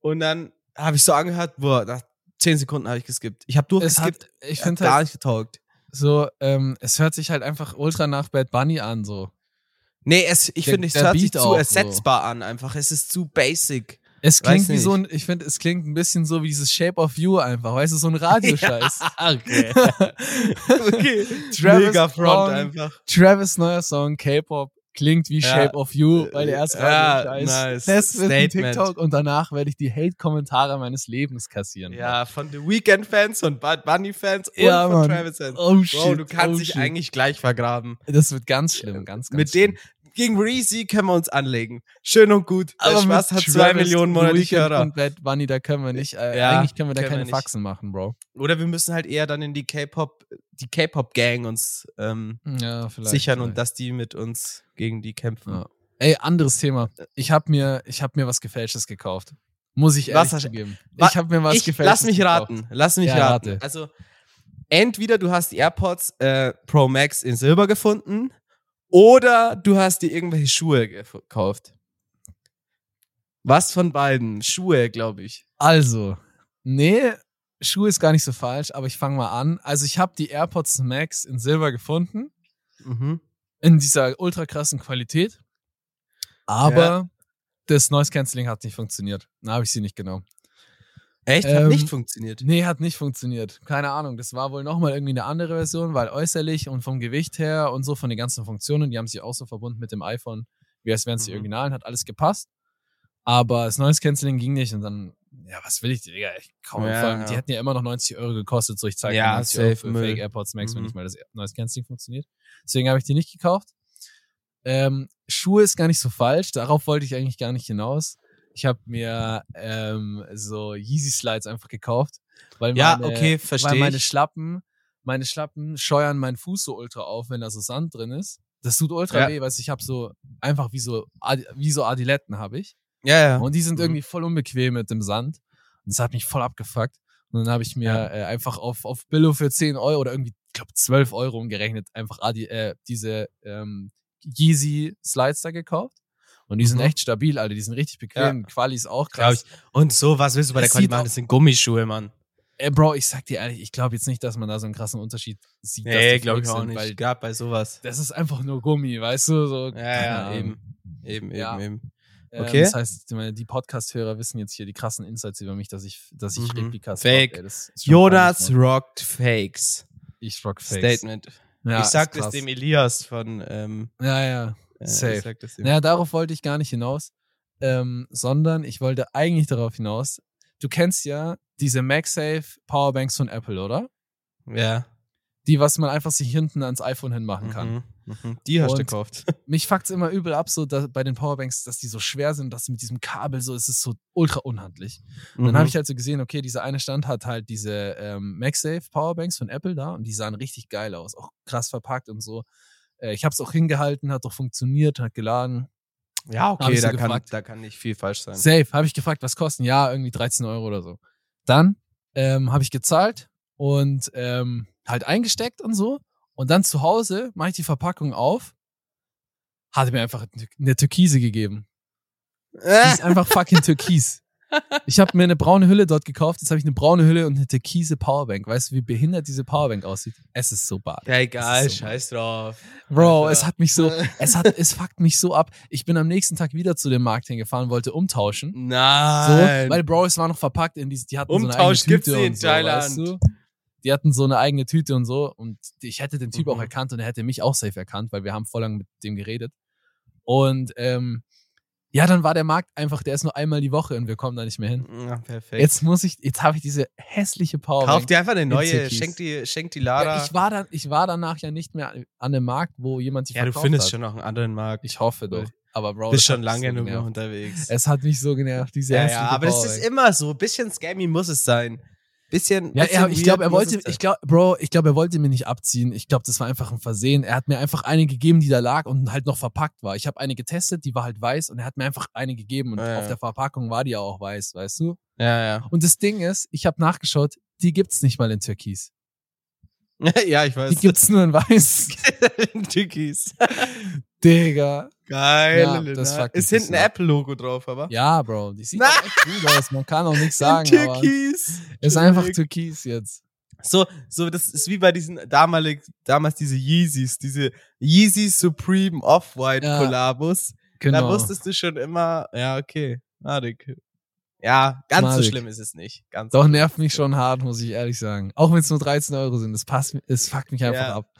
S2: Und dann habe ich so angehört, boah, nach 10 Sekunden habe ich geskippt. Ich habe
S1: Es
S2: durchgeskippt,
S1: hat, ich
S2: ich hat äh,
S1: finde
S2: gar
S1: halt
S2: nicht getaugt.
S1: so, ähm, es hört sich halt einfach ultra nach Bad Bunny an, so.
S2: Nee, es, ich
S1: Der-
S2: finde, es
S1: der
S2: hört sich
S1: Beat
S2: zu
S1: auch so.
S2: ersetzbar an einfach. Es ist zu basic.
S1: Es
S2: Weiß
S1: klingt wie so ein,
S2: nicht.
S1: ich finde, es klingt ein bisschen so wie dieses Shape of You einfach, weißt du,
S2: *laughs*
S1: so ein Radioscheiß. *laughs*
S2: okay. *laughs* okay.
S1: Travis
S2: Mega Front
S1: Brown.
S2: einfach.
S1: Travis neuer Song, K-Pop, klingt wie
S2: Ja.
S1: Shape of You, weil er erst
S2: Ja,
S1: Radioscheiß.
S2: nice.
S1: Das wird ein
S2: Statement.
S1: TikTok und danach werde ich die Hate-Kommentare meines Lebens kassieren.
S2: Ja, von The Weekend-Fans und Bad Bunny-Fans
S1: Ja,
S2: und von
S1: Mann.
S2: Travis-Fans.
S1: Oh shit.
S2: Bro, du kannst
S1: oh
S2: dich
S1: shit.
S2: eigentlich gleich vergraben.
S1: Das wird ganz schlimm, ganz, ganz
S2: mit
S1: schlimm.
S2: denen, gegen Reezy können wir uns anlegen. Schön und gut. Der
S1: mit
S2: Spaß hat
S1: Travis,
S2: zwei Millionen monatliche
S1: Weeknd
S2: Hörer.
S1: Und Bad Bunny, da können wir nicht, äh,
S2: Ja,
S1: eigentlich können wir da
S2: können wir
S1: keine
S2: nicht.
S1: Faxen machen, Bro.
S2: Oder wir müssen halt eher dann in die K-Pop, die K-Pop-Gang uns ähm,
S1: Ja, vielleicht.
S2: sichern und
S1: vielleicht.
S2: dass die mit uns gegen die kämpfen.
S1: Ja. Ey, anderes Thema. Ich habe mir, ich hab mir was Gefälschtes gekauft. Muss ich ehrlich
S2: Was hast-
S1: zugeben.
S2: wa-
S1: Ich habe mir was
S2: ich,
S1: Gefälschtes
S2: lass mich
S1: gekauft.
S2: raten. Lass mich
S1: Ja,
S2: raten.
S1: rate.
S2: Also, entweder du hast die AirPods äh, Pro Max in Silber gefunden oder du hast dir irgendwelche Schuhe gef- gekauft. Was von beiden? Schuhe, glaube ich.
S1: Also, nee, Schuh ist gar nicht so falsch, aber ich fange mal an. Also, ich habe die AirPods Max in Silber gefunden,
S2: Mhm.
S1: in dieser ultra krassen Qualität. Aber das Noise Cancelling hat nicht funktioniert. Da habe ich sie nicht genommen.
S2: Echt?
S1: Ähm,
S2: Hat nicht funktioniert.
S1: Nee, hat nicht funktioniert. Keine Ahnung. Das war wohl nochmal irgendwie eine andere Version, weil äußerlich und vom Gewicht her und so von den ganzen Funktionen, die haben sich auch so verbunden mit dem iPhone, wie als wären es die
S2: Mhm.
S1: Originalen, hat alles gepasst. Aber das Noise Cancelling ging nicht und dann, ja, was will ich, Digga? Ich kaum
S2: Ja,
S1: vor allem, Die
S2: ja.
S1: hätten ja immer noch 90 Euro gekostet, so ich zeige
S2: Ja,
S1: 90 Euro
S2: safe,
S1: für
S2: Müll.
S1: Fake AirPods Max, wenn
S2: Mhm.
S1: nicht mal das Noise Cancelling funktioniert. Deswegen habe ich die nicht gekauft. Ähm, Schuhe ist gar nicht so falsch, darauf wollte ich eigentlich gar nicht hinaus. Ich habe mir ähm, so Yeezy Slides einfach gekauft, weil
S2: Ja,
S1: meine,
S2: okay,
S1: weil
S2: verstehe
S1: meine
S2: ich.
S1: Schlappen, meine Schlappen scheuern meinen Fuß so ultra auf, wenn da so Sand drin ist. Das tut ultra
S2: Ja.
S1: weh, weil ich habe so einfach wie so Adi- wie so Adiletten habe ich
S2: Ja, ja.
S1: und die sind
S2: Mhm.
S1: irgendwie voll unbequem mit dem Sand und das hat mich voll abgefuckt und dann habe ich mir
S2: Ja.
S1: äh, einfach auf auf Billo für 10 Euro oder irgendwie ich glaube 12 Euro umgerechnet einfach Adi, äh, diese ähm, Yeezy Slides da gekauft und die sind
S2: Mhm.
S1: echt stabil, Alter, die sind richtig bequem, Quali ist auch
S2: Glaub
S1: krass.
S2: ich. Und so, was willst du bei der
S1: Es
S2: Quali
S1: sieht
S2: machen?
S1: au-
S2: Das sind Gummischuhe, Mann.
S1: Ey, Äh, Bro, ich sag dir ehrlich, ich glaube jetzt nicht, dass man da so einen krassen Unterschied sieht. dass die
S2: glaub
S1: flüssig sind, Weil
S2: Gerade bei sowas.
S1: das ist einfach nur Gummi, weißt du? So,
S2: Ja,
S1: keine
S2: ja,
S1: Ahnung.
S2: eben. Eben, eben,
S1: Ja.
S2: eben.
S1: Ähm,
S2: Okay.
S1: Das heißt, meine- die Podcast-Hörer wissen jetzt hier die krassen Insights über mich, dass ich, dass ich
S2: Mhm.
S1: Replikas
S2: Fake.
S1: rock, ey, das ist schon
S2: Jonas
S1: peinlich,
S2: rockt Fakes.
S1: Mann. Ich rock Fakes.
S2: Statement.
S1: Ja,
S2: ich sag
S1: ist
S2: das
S1: krass.
S2: dem Elias von. Ähm,
S1: Ja, ja.
S2: äh,
S1: Safe.
S2: Ich sag das dem.
S1: Naja, darauf wollte ich gar nicht hinaus, ähm, sondern ich wollte eigentlich darauf hinaus. Du kennst ja diese MagSafe Powerbanks von Apple, oder?
S2: Ja.
S1: Die, was man einfach sich hinten ans iPhone hinmachen kann.
S2: Mhm. Mhm. Die hast
S1: Und-
S2: du gekauft.
S1: mich fuckt's immer übel ab, so dass bei den Powerbanks, dass die so schwer sind, dass mit diesem Kabel so, es ist so ultra unhandlich. Und *laughs*
S2: Mhm.
S1: dann habe ich halt so gesehen, okay, dieser eine Stand hat halt diese ähm, MagSafe Powerbanks von Apple da und die sahen richtig geil aus, auch krass verpackt und so. Äh, ich habe es auch hingehalten, hat doch funktioniert, hat geladen.
S2: Mhm. ja,
S1: hab
S2: okay,
S1: ich so
S2: da kann,
S1: gefragt.
S2: da kann nicht viel falsch sein.
S1: Safe, habe ich gefragt, was kosten? Ja, irgendwie 13 Euro oder so. Dann ähm, habe ich gezahlt und ähm, halt eingesteckt und so. Und dann zu Hause mache ich die Verpackung auf, hatte mir einfach eine Türkise gegeben.
S2: Äh?
S1: Die ist einfach fucking türkis. Ich habe mir eine braune Hülle dort gekauft. Jetzt habe ich eine braune Hülle und eine türkise Powerbank. Weißt du, wie behindert diese Powerbank aussieht? Es ist so bad.
S2: ja, egal,
S1: Das ist so-
S2: scheiß drauf.
S1: Bro,
S2: Alter.
S1: es hat mich so, es hat, es fuckt mich so ab. Ich bin am nächsten Tag wieder zu dem Markt hingefahren, wollte umtauschen. So,
S2: Nein.
S1: weil Bro, es war noch verpackt in diese, die hatten
S2: Umtausch
S1: so eine eigene
S2: gibt's
S1: Tüte
S2: hier
S1: und
S2: in
S1: so,
S2: Thailand.
S1: weißt du? Die hatten so eine eigene Tüte und so und ich hätte den Typ
S2: Mhm.
S1: auch erkannt und er hätte mich auch safe erkannt, weil wir haben voll lang mit dem geredet. Und ähm, ja, dann war der Markt einfach, der ist nur einmal die Woche und wir kommen da nicht mehr hin.
S2: Ja, perfekt.
S1: Jetzt muss ich, jetzt habe ich diese hässliche
S2: Kauf
S1: Powerbank.
S2: dir einfach eine neue.
S1: Türkis.
S2: Schenk die, schenk die
S1: ja,
S2: Lara.
S1: ich war dann, ich war danach ja nicht mehr an dem Markt, wo jemand die
S2: Ja, du
S1: verkauft
S2: findest
S1: hat.
S2: schon noch einen anderen Markt.
S1: Ich hoffe doch. Aber Bro,
S2: bist
S1: das hat
S2: schon
S1: mich
S2: lange
S1: so
S2: nur noch
S1: genervt.
S2: unterwegs.
S1: Es hat mich so genervt, diese
S2: ja,
S1: hässliche
S2: ja, aber das
S1: Powerbank.
S2: ist immer so. Ein bisschen scammy muss es sein. Bisschen.
S1: Ja,
S2: bisschen
S1: er, ich glaube, er
S2: weird muss
S1: wollte,
S2: es sein.
S1: ich glaube, Bro, ich glaube, er wollte mir nicht abziehen. Ich glaube, das war einfach ein Versehen. Er hat mir einfach eine gegeben, die da lag und halt noch verpackt war. Ich habe eine getestet, die war halt weiß und er hat mir einfach eine gegeben und
S2: Ah, Ja, ja.
S1: auf der Verpackung war die ja auch weiß, weißt du?
S2: Ja,
S1: Und das Ding ist, ich habe nachgeschaut, die gibt's nicht mal in Türkis.
S2: ja. *laughs* ja, ich
S1: Die
S2: weiß.
S1: gibt's nur in weiß.
S2: *laughs* Dickies.
S1: Digga.
S2: Geil.
S1: Ja,
S2: Alter.
S1: das fuckt mich
S2: ist hinten
S1: bisschen ab.
S2: Apple-Logo drauf, aber.
S1: Ja, Bro, die sieht
S2: Na.
S1: doch
S2: *laughs*
S1: echt gut aus. Man kann auch nichts sagen. aber
S2: Türkis.
S1: ist einfach Türkis jetzt.
S2: So, so, das ist wie bei diesen damalig, damals diese Yeezys, diese Yeezy Supreme Off-White
S1: Ja,
S2: Kollabos.
S1: Genau.
S2: Da wusstest du schon immer, ja, okay, Madik. Ja, ganz so
S1: Madig.
S2: schlimm ist es nicht. Ganz
S1: Doch nervt mich schon hart, muss ich ehrlich sagen. Auch wenn es nur 13 Euro sind, es passt, mir- es fuckt mich einfach
S2: Ja.
S1: ab.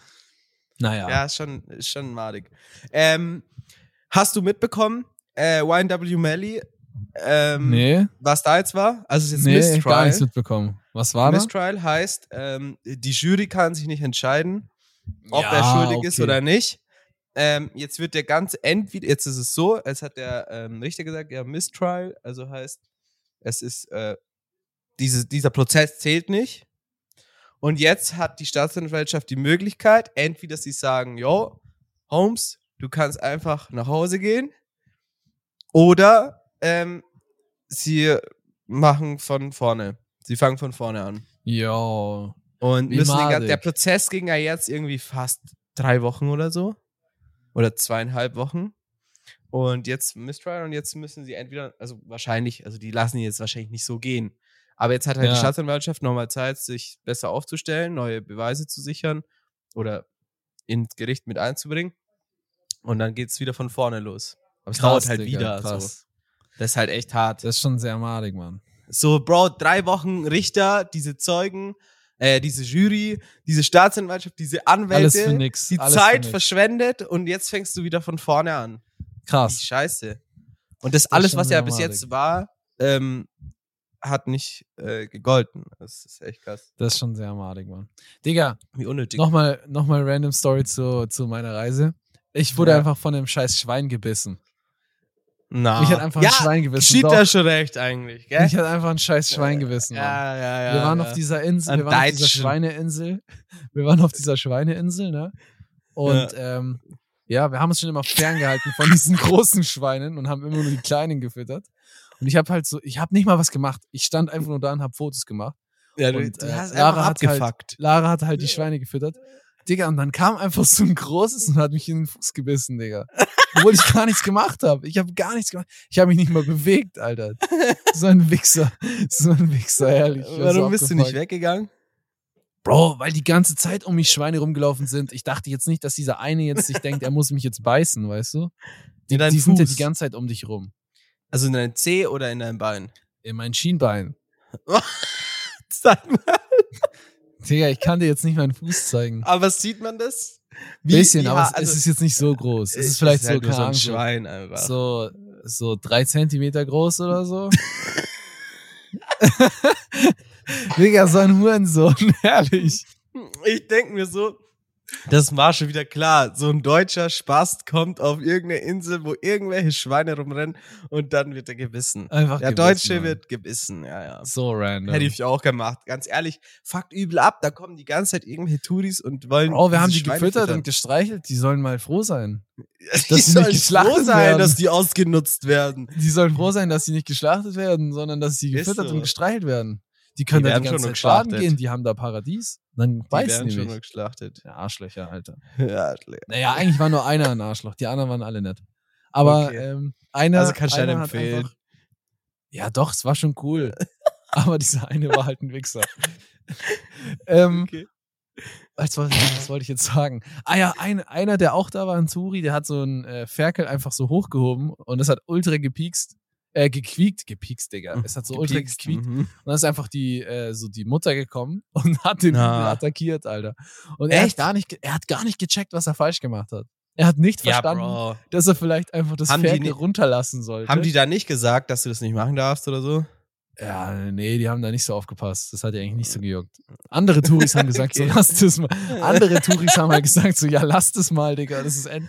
S1: Naja.
S2: Ja, ist schon, ist schon madig. Ähm, hast du mitbekommen, äh, YNW Melly, ähm,
S1: Nee,
S2: was da jetzt war? Also es ist jetzt
S1: nee,
S2: Mistrial.
S1: gar nichts mitbekommen. Was war das?
S2: Mistrial heißt, ähm, die Jury kann sich nicht entscheiden, ob
S1: Ja,
S2: er schuldig
S1: okay.
S2: ist oder nicht. Ähm, jetzt wird der ganze entweder, jetzt ist es so, es hat der ähm, Richter gesagt, ja, Mistrial, also heißt, es ist, äh, diese, dieser Prozess zählt nicht. Und jetzt hat die Staatsanwaltschaft die Möglichkeit, entweder sie sagen, yo, Holmes, du kannst einfach nach Hause gehen. Oder ähm, sie machen von vorne. Sie fangen von vorne an.
S1: Jo.
S2: Und
S1: Wie
S2: müssen den, gan-
S1: madig.
S2: der Prozess ging ja jetzt irgendwie fast drei Wochen oder so. Oder zweieinhalb Wochen. Und jetzt Mistrial und jetzt müssen sie entweder, also wahrscheinlich, also die lassen ihn jetzt wahrscheinlich nicht so gehen. Aber jetzt hat halt
S1: Ja.
S2: die Staatsanwaltschaft nochmal Zeit, sich besser aufzustellen, neue Beweise zu sichern oder ins Gericht mit einzubringen. Und dann geht's wieder von vorne los. Aber es dauert halt
S1: Digga,
S2: wieder. So.
S1: krass.
S2: Das ist halt echt hart.
S1: Das ist schon sehr madig, Mann.
S2: So, Bro, drei Wochen Richter, diese Zeugen, äh, diese Jury, diese Staatsanwaltschaft, diese Anwälte,
S1: Alles für nix.
S2: die
S1: alles
S2: Zeit
S1: für nix.
S2: verschwendet und jetzt fängst du wieder von vorne an. Die
S1: Krass.
S2: Scheiße. Und das,
S1: ist
S2: alles,
S1: schon
S2: was ja bis
S1: dramatisch.
S2: jetzt war, ähm, hat nicht äh, gegolten. Das ist echt krass.
S1: Das ist schon sehr madig, Mann. Digga,
S2: Wie unnötig.
S1: nochmal noch mal random Story zu, zu meiner Reise. Ich wurde
S2: Ja.
S1: einfach von einem scheiß Schwein gebissen.
S2: Na.
S1: Mich hat einfach
S2: Ah. ja,
S1: ein Schwein gebissen.
S2: geschieht
S1: Doch,
S2: da schon recht eigentlich, gell?
S1: Mich hat einfach ein scheiß Schwein gebissen, Mann.
S2: ja, ja, ja.
S1: wir waren
S2: ja.
S1: auf dieser Insel,
S2: An
S1: wir waren auf dieser
S2: Deutschen.
S1: Schweineinsel. Wir waren auf dieser Schweineinsel, ne? Und ja. Ähm, ja, wir haben uns schon immer ferngehalten von *laughs* diesen großen Schweinen und haben immer nur die kleinen gefüttert. Und ich habe halt so, ich habe nicht mal was gemacht. Ich stand einfach nur da und habe Fotos gemacht.
S2: ja, du,
S1: und,
S2: du
S1: äh,
S2: hast
S1: Lara
S2: einfach
S1: hat halt-
S2: abgefuckt.
S1: Lara hat halt die Schweine gefüttert. Digga, und dann kam einfach so ein großes und hat mich in den Fuß gebissen, Digga. Obwohl ich gar nichts gemacht habe. Ich habe gar nichts gemacht. Ich habe mich nicht mal bewegt, Alter. So ein Wichser. So ein Wichser, ehrlich. Ich war so
S2: Warum bist du nicht
S1: abgefuckt.
S2: weggegangen?
S1: Bro, weil die ganze Zeit um mich Schweine rumgelaufen sind. Ich dachte jetzt nicht, dass dieser eine jetzt sich denkt, er muss mich jetzt beißen, weißt du? Die,
S2: In deinen
S1: die sind ja
S2: Fuß.
S1: die ganze Zeit um dich rum.
S2: Also in deinem Zeh oder in deinem Bein? *laughs*
S1: In mein Schienbein.
S2: Sag mal.
S1: Digga, ich kann dir jetzt nicht meinen Fuß zeigen.
S2: Aber sieht man das?
S1: Bisschen, aber es-
S2: hart-
S1: es ist jetzt nicht
S2: äh,
S1: so groß. Es ist vielleicht so,
S2: halt nur
S1: keine
S2: so ein
S1: Ahnung, so,
S2: Schwein einfach.
S1: so, so drei Zentimeter groß oder
S2: *laughs*
S1: so. Digga, so ein Hurensohn, *laughs* ehrlich.
S2: Ich denke mir so, das war schon wieder klar. So ein deutscher Spast kommt auf irgendeine Insel, wo irgendwelche Schweine rumrennen und dann wird er gebissen.
S1: Einfach
S2: Der
S1: gebissen,
S2: Deutsche
S1: Mann.
S2: wird gebissen, ja, ja.
S1: so random.
S2: Hätte ich auch gemacht. Ganz ehrlich, fuckt übel ab. Da kommen die ganze Zeit irgendwelche Touris und wollen.
S1: Bro, Oh, wir haben
S2: diese
S1: die
S2: Schweine
S1: gefüttert
S2: füttern.
S1: und gestreichelt. Die sollen mal froh sein.
S2: *laughs* die
S1: nicht
S2: sollen froh
S1: geschlachtet
S2: sein,
S1: werden.
S2: dass die ausgenutzt werden.
S1: Die sollen froh sein, dass sie nicht geschlachtet werden, sondern dass sie
S2: Ist
S1: gefüttert
S2: so.
S1: und gestreichelt werden. Die können
S2: Die
S1: da die
S2: werden schon
S1: ganze Zeit
S2: nur
S1: baden
S2: geschlachtet.
S1: gehen, die haben da Paradies. Dann
S2: Die
S1: beißen
S2: werden
S1: die
S2: schon
S1: mich.
S2: geschlachtet. *laughs*
S1: Ja, Arschlöcher, Alter.
S2: Ja,
S1: Naja, eigentlich war nur einer ein Arschloch, die anderen waren alle nett. Aber
S2: Okay.
S1: ähm, einer.
S2: Also kannst du
S1: einer
S2: nicht
S1: hat
S2: empfehlen.
S1: einfach- Ja, doch, es war schon
S2: *laughs*
S1: cool. Aber dieser eine war halt ein Wichser. ähm,
S2: Okay.
S1: was, wollte ich, was wollte ich jetzt sagen? Ah ja, ein, einer, der auch da war, ein Zuri, der hat so einen äh, Ferkel einfach so hochgehoben und das hat ultra gepiekst, äh, gequiekt, gepiekst, Digga. Es hat so ultra
S2: Hm, Gepiekst,
S1: gequiekt
S2: mhm.
S1: und dann ist einfach die, äh, so die Mutter gekommen *laughs* und hat den
S2: Na.
S1: Jungen attackiert, Alter. Und er hat,
S2: Ah. Echt?
S1: gar nicht, ge- er hat gar nicht gecheckt, was er falsch gemacht hat. Er hat nicht verstanden,
S2: Ja, Bro.
S1: dass er vielleicht einfach das
S2: Haben die
S1: Ferkel
S2: nicht-
S1: runterlassen sollte.
S2: Haben die da nicht gesagt, dass du das nicht machen darfst oder so?
S1: Ja, nee, die haben da nicht so aufgepasst. Das hat ja eigentlich nicht so gejuckt. Andere Touris haben gesagt,
S2: *laughs*
S1: so lass das mal. Andere Touris haben halt gesagt, so ja, lass das mal, Digga, das ist end,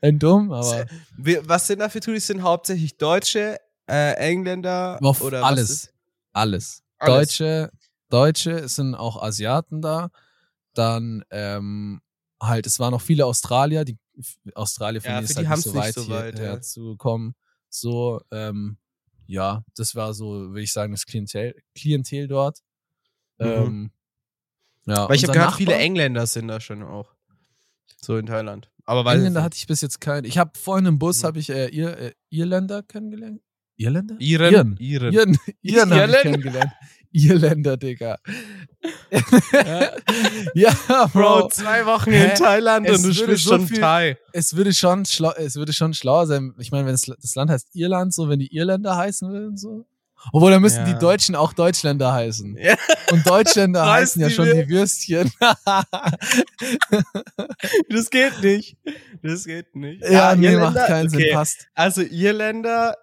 S1: end dumm, aber
S2: Wir- Was sind da für Touris? Sind hauptsächlich Deutsche, äh, Engländer
S1: Auf
S2: oder was
S1: alles.
S2: ist-
S1: alles.
S2: Alles.
S1: Deutsche, Deutsche, es sind auch Asiaten da. Dann ähm, halt, es waren noch viele Australier, die Australier von
S2: Ja,
S1: mir ist
S2: für die
S1: halt nicht
S2: haben's
S1: so
S2: nicht
S1: weit,
S2: so
S1: hier-
S2: weit, ja.
S1: hierher zu kommen. So, ähm, ja, das war so, würde ich sagen, das Klientel, Klientel dort.
S2: Mhm.
S1: Ähm, ja,
S2: Weil ich habe
S1: unser
S2: gehört,
S1: Nachbar-
S2: viele Engländer sind da schon auch. So in Thailand. Aber weil
S1: Engländer hatte ich bis jetzt keinen. Ich habe vorhin im Bus
S2: Mhm.
S1: habe ich äh, Ir äh, Irländer kennengelernt. Irländer?
S2: Iren. Iren.
S1: *laughs* Iren, Iren habe ich
S2: Irland?
S1: kennengelernt. Irländer, Digga.
S2: Ja.
S1: Ja, Bro.
S2: Bro, zwei Wochen
S1: Hä?
S2: in Thailand
S1: Es
S2: und du
S1: würde
S2: sprichst
S1: so
S2: schon
S1: viel- *laughs*
S2: Thai.
S1: Es würde schon schlau, es würde schon schlauer sein. Ich meine, wenn es, das Land heißt Irland, so wenn die Irländer heißen würden, so. Obwohl, dann müssten
S2: Ja.
S1: die Deutschen auch Deutschländer heißen.
S2: Ja.
S1: Und
S2: *laughs*
S1: Deutschländer
S2: Weißt
S1: heißen ja
S2: die
S1: schon
S2: wir-
S1: die Würstchen. *laughs*
S2: Das geht nicht. Das geht nicht.
S1: ja,
S2: Ah,
S1: nee, macht
S2: Irländer?
S1: keinen Sinn,
S2: Okay.
S1: passt.
S2: Also Irländer,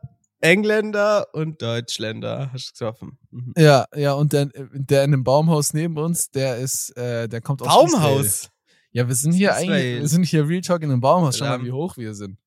S2: Engländer und Deutschländer hast du getroffen. Mhm.
S1: Ja, ja, und der, der in dem Baumhaus neben uns, der ist, äh, der kommt aus Israel.
S2: Baumhaus.
S1: Ja, wir sind hier
S2: Israel.
S1: eigentlich, wir sind hier Real Talk in einem Baumhaus. Schau mal,
S2: Lamm.
S1: wie hoch wir sind.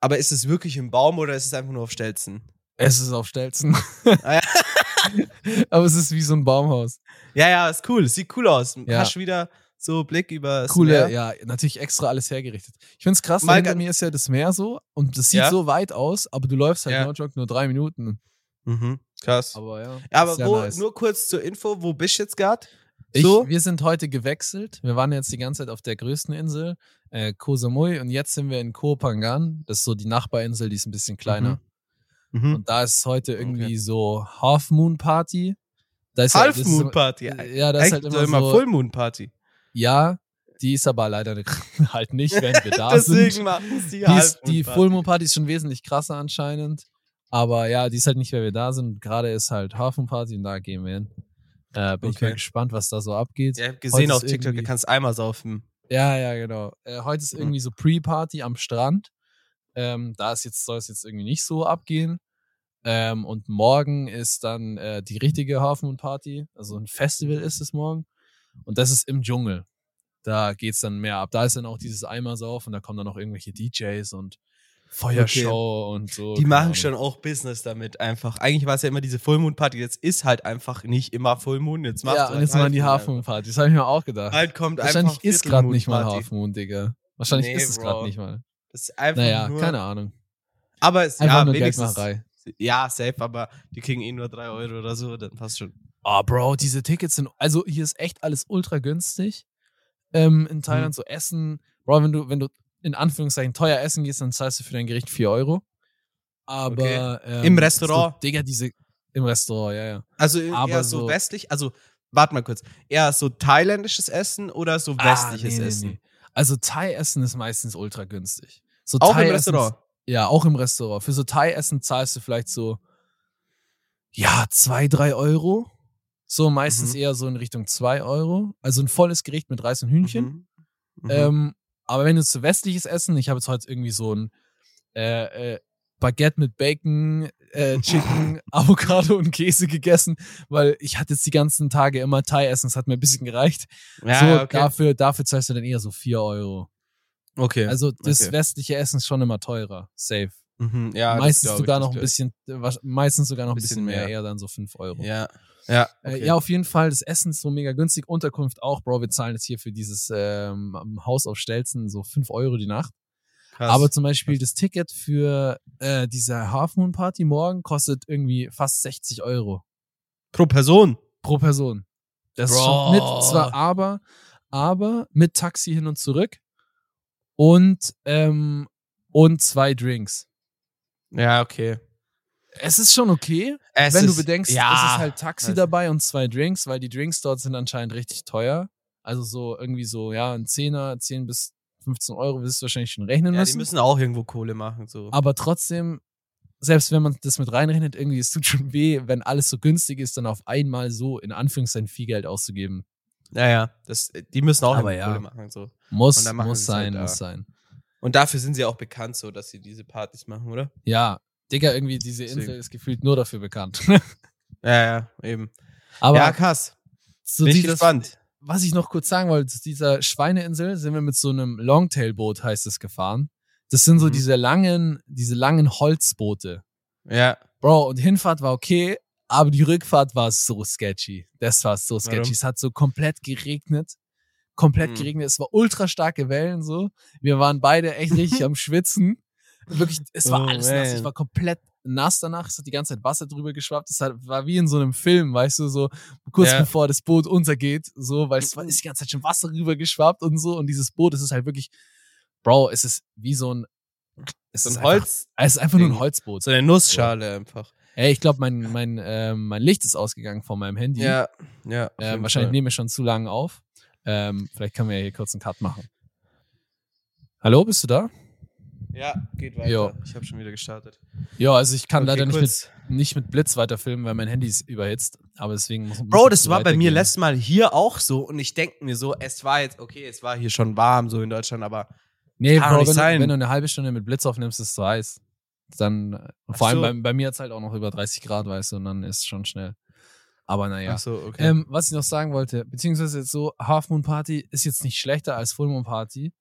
S2: Aber ist es wirklich im Baum oder ist es einfach nur auf Stelzen?
S1: Es ist auf Stelzen.
S2: Ah,
S1: *laughs* Aber es ist wie so ein Baumhaus.
S2: Ja, ja, ist cool. Sieht cool aus.
S1: Ja.
S2: Hast wieder so Blick über das
S1: Coole,
S2: Meer.
S1: ja, natürlich extra alles hergerichtet. Ich find's krass,
S2: Mal
S1: weil hinter
S2: ga-
S1: mir ist ja das Meer so und das sieht
S2: Ja.
S1: so weit aus, aber du läufst halt
S2: Ja.
S1: no joke nur drei Minuten.
S2: Mhm. Krass. Aber,
S1: Aber ja. ist
S2: aber
S1: sehr
S2: wo,
S1: nice.
S2: nur kurz zur Info, wo bist du jetzt gerade?
S1: ich,
S2: so?
S1: wir sind heute gewechselt. Wir waren jetzt die ganze Zeit auf der größten Insel, äh, Koh Samui, und jetzt sind wir in Koh Phangan. Das ist so die Nachbarinsel, die ist ein bisschen kleiner.
S2: Mhm.
S1: Und da ist heute irgendwie so Half Moon Party. Da ist ja- das
S2: Half
S1: ist
S2: Moon
S1: immer-
S2: Party.
S1: Ja, das ist halt
S2: Eigentlich
S1: immer so.
S2: Full Moon Party.
S1: Ja, die ist aber leider *laughs* halt nicht, wenn wir da
S2: *laughs* Deswegen
S1: sind.
S2: machen
S1: Die,
S2: sie halt Half
S1: ist, die
S2: Moon
S1: Full Moon Party ist schon wesentlich krasser anscheinend. Aber ja, die ist halt nicht, wenn wir da sind. Gerade ist halt Hafen Party und da gehen wir hin. Äh, bin ich
S2: Okay.
S1: mal gespannt, was da so abgeht.
S2: Ich
S1: Ja,
S2: habe gesehen
S1: Heute
S2: auf
S1: ist
S2: TikTok, du
S1: irgendwie-
S2: kannst einmal saufen.
S1: ja, genau. Äh, heute ist
S2: Mhm.
S1: irgendwie so Pre-Party am Strand. Ähm, da ist jetzt, soll es jetzt irgendwie nicht so abgehen. Ähm, und morgen ist dann äh, die richtige Hafen und Party. Also ein Festival ist es morgen. Und das ist im Dschungel. Da geht's dann mehr ab. Da ist dann auch dieses Eimersauf und da kommen dann auch irgendwelche DJs und Feuershow und so. genau.
S2: Die
S1: keine
S2: machen
S1: Ahnung.
S2: schon auch Business damit einfach. Eigentlich war es ja immer diese Full Moon Party. Jetzt ist halt einfach nicht immer Full Moon. Jetzt macht
S1: Ja, und jetzt machen die Hafen und Party. Das habe ich mir auch gedacht.
S2: Bald Halt kommt
S1: Wahrscheinlich
S2: einfach
S1: ist gerade
S2: Viertelmoon
S1: nicht mal
S2: Party.
S1: Hafen und Digga. Wahrscheinlich
S2: Nee,
S1: ist es
S2: Bro.
S1: gerade nicht mal.
S2: Das ist einfach
S1: Naja,
S2: nur,
S1: keine Ahnung.
S2: Aber es,
S1: Einfach
S2: ja,
S1: nur
S2: wenigstens.
S1: Geldmacherei.
S2: Ja, safe, aber die kriegen eh nur 3 Euro oder so, dann passt schon.
S1: Ah, Bro, diese Tickets sind, also hier ist echt alles ultra günstig. Ähm,
S2: Mhm.
S1: in Thailand so Essen, Bro, wenn du, wenn du in Anführungszeichen teuer essen gehst, dann zahlst du für dein Gericht 4 Euro. Aber ähm,
S2: Im Restaurant?
S1: So, Digga, diese im Restaurant, ja, ja.
S2: Also eher
S1: Aber
S2: so
S1: so-
S2: westlich, also warte mal kurz. Eher so thailändisches Essen oder so
S1: Ah,
S2: westliches Essen?
S1: Also Thai-Essen ist meistens ultra günstig. So
S2: Auch im
S1: Thai-Essen-
S2: Restaurant.
S1: Ja, auch im Restaurant. Für so Thai-Essen zahlst du vielleicht so, ja, zwei, drei Euro. So meistens
S2: Mhm.
S1: eher so in Richtung zwei Euro. Also ein volles Gericht mit Reis und Hühnchen.
S2: Mhm. Mhm.
S1: Ähm, aber wenn du zu westliches Essen, ich habe jetzt heute irgendwie so ein äh, äh, Baguette mit Bacon,
S2: *laughs*
S1: äh, Chicken, Avocado und Käse gegessen, weil ich hatte jetzt die ganzen Tage immer Thai essen, es hat mir ein bisschen gereicht.
S2: ja,
S1: so,
S2: ja, okay.
S1: dafür, dafür zahlst du dann eher so 4 Euro.
S2: okay.
S1: Also das
S2: okay.
S1: westliche Essen ist schon immer teurer, safe.
S2: mhm, ja, das
S1: meistens
S2: glaub ich,
S1: sogar
S2: das
S1: noch ein
S2: glaub ich.
S1: bisschen, äh, wasch- meistens sogar noch ein
S2: Bisschen
S1: bisschen mehr,
S2: mehr.
S1: eher dann so 5 Euro.
S2: Ja, ja.
S1: Äh, ja, auf jeden Fall. Das Essen ist so mega günstig. Unterkunft auch, Bro. Wir zahlen jetzt hier für dieses ähm, am Haus auf Stelzen so 5 Euro die Nacht.
S2: krass.
S1: Aber zum Beispiel das Ticket für äh, diese Half Moon Party morgen kostet irgendwie fast 60 Euro
S2: pro Person.
S1: pro Person. Das ist
S2: Bro.
S1: schon mit, zwar aber, aber mit Taxi hin und zurück und, ähm, und zwei Drinks.
S2: Ja, okay.
S1: Es ist schon okay,
S2: Es
S1: wenn
S2: ist,
S1: du bedenkst,
S2: ja,
S1: es ist halt Taxi
S2: weiß-
S1: dabei und zwei Drinks, weil die Drinks dort sind anscheinend richtig teuer. Also so irgendwie so, ja, ein Zehner, 10 bis 15 Euro wirst du wahrscheinlich schon rechnen
S2: Ja, die
S1: müssen.
S2: müssen auch irgendwo Kohle machen. So.
S1: Aber trotzdem, selbst wenn man das mit reinrechnet, irgendwie, es tut schon weh, wenn alles so günstig ist, dann auf einmal so in Anführungszeichen viel Geld auszugeben.
S2: Ja, ja. Das, die müssen auch
S1: Aber
S2: irgendwo
S1: ja.
S2: Kohle machen. So. Und
S1: Muss,
S2: dann machen
S1: muss
S2: sie's halt
S1: sein,
S2: da.
S1: muss sein.
S2: Und dafür sind sie auch bekannt, so dass sie diese Partys machen, oder?
S1: Ja, Digga, irgendwie diese
S2: Deswegen.
S1: Insel ist gefühlt nur dafür bekannt. *laughs*
S2: Ja, ja, eben.
S1: Aber
S2: ja, krass.
S1: so
S2: Bin ich
S1: dieses-
S2: gespannt.
S1: was ich noch kurz sagen wollte, zu dieser Schweineinsel sind wir mit so einem Longtail-Boot, heißt es, gefahren. Das sind so
S2: Mhm.
S1: diese langen, diese langen Holzboote.
S2: Ja.
S1: Bro, und Hinfahrt war okay, Aber die Rückfahrt war so sketchy. Das war so sketchy.
S2: Warum?
S1: Es hat so komplett geregnet. Komplett
S2: Hm.
S1: geregnet. Es war ultra starke Wellen so. Wir waren beide echt
S2: *laughs*
S1: richtig am Schwitzen. Wirklich, es war
S2: Oh,
S1: alles nass. Ich
S2: man.
S1: war komplett nass danach. Es hat die ganze Zeit Wasser drüber geschwappt. Es hat, war wie in so einem Film, weißt du, so kurz
S2: Ja.
S1: bevor das Boot untergeht, so, weil es war, ist die ganze Zeit schon Wasser rüber geschwappt und so. Und dieses Boot, es ist halt wirklich, Bro, es ist wie so ein, es
S2: So
S1: ist
S2: ein
S1: einfach,
S2: Holz,
S1: es ist einfach nur ein
S2: Ding.
S1: Holzboot.
S2: so eine Nussschale einfach.
S1: Ey, ich glaube, mein, mein, ähm, mein Licht ist ausgegangen von meinem Handy.
S2: Ja, ja. auf
S1: äh,
S2: jeden
S1: wahrscheinlich
S2: Fall.
S1: nehmen wir schon zu lange auf. Ähm, vielleicht können wir ja hier kurz einen Cut machen. Hallo, bist du da?
S2: Ja, geht weiter.
S1: Jo.
S2: Ich habe schon wieder gestartet.
S1: Ja, also ich kann
S2: Okay,
S1: leider nicht
S2: kurz.
S1: mit, nicht mit Blitz weiterfilmen, weil mein Handy ist überhitzt. Aber deswegen muss
S2: Bro,
S1: muss
S2: das
S1: jetzt
S2: war bei mir
S1: weitergehen.
S2: letztes Mal hier auch so und ich denke mir so, es war jetzt, okay, es war hier schon warm so in Deutschland, aber
S1: Nee,
S2: Kann doch
S1: Bro,
S2: nicht
S1: wenn, du-
S2: sein.
S1: wenn du eine halbe Stunde mit Blitz aufnimmst, ist es zu heiß. Dann, äh, vor allem
S2: so.
S1: bei, bei mir hat es halt auch noch über 30 Grad, weißt du, und dann ist es schon schnell. Aber naja.
S2: Ach so, okay.
S1: Ähm, was ich noch sagen wollte, beziehungsweise jetzt so, Half Moon Party ist jetzt nicht schlechter als Full Moon Party.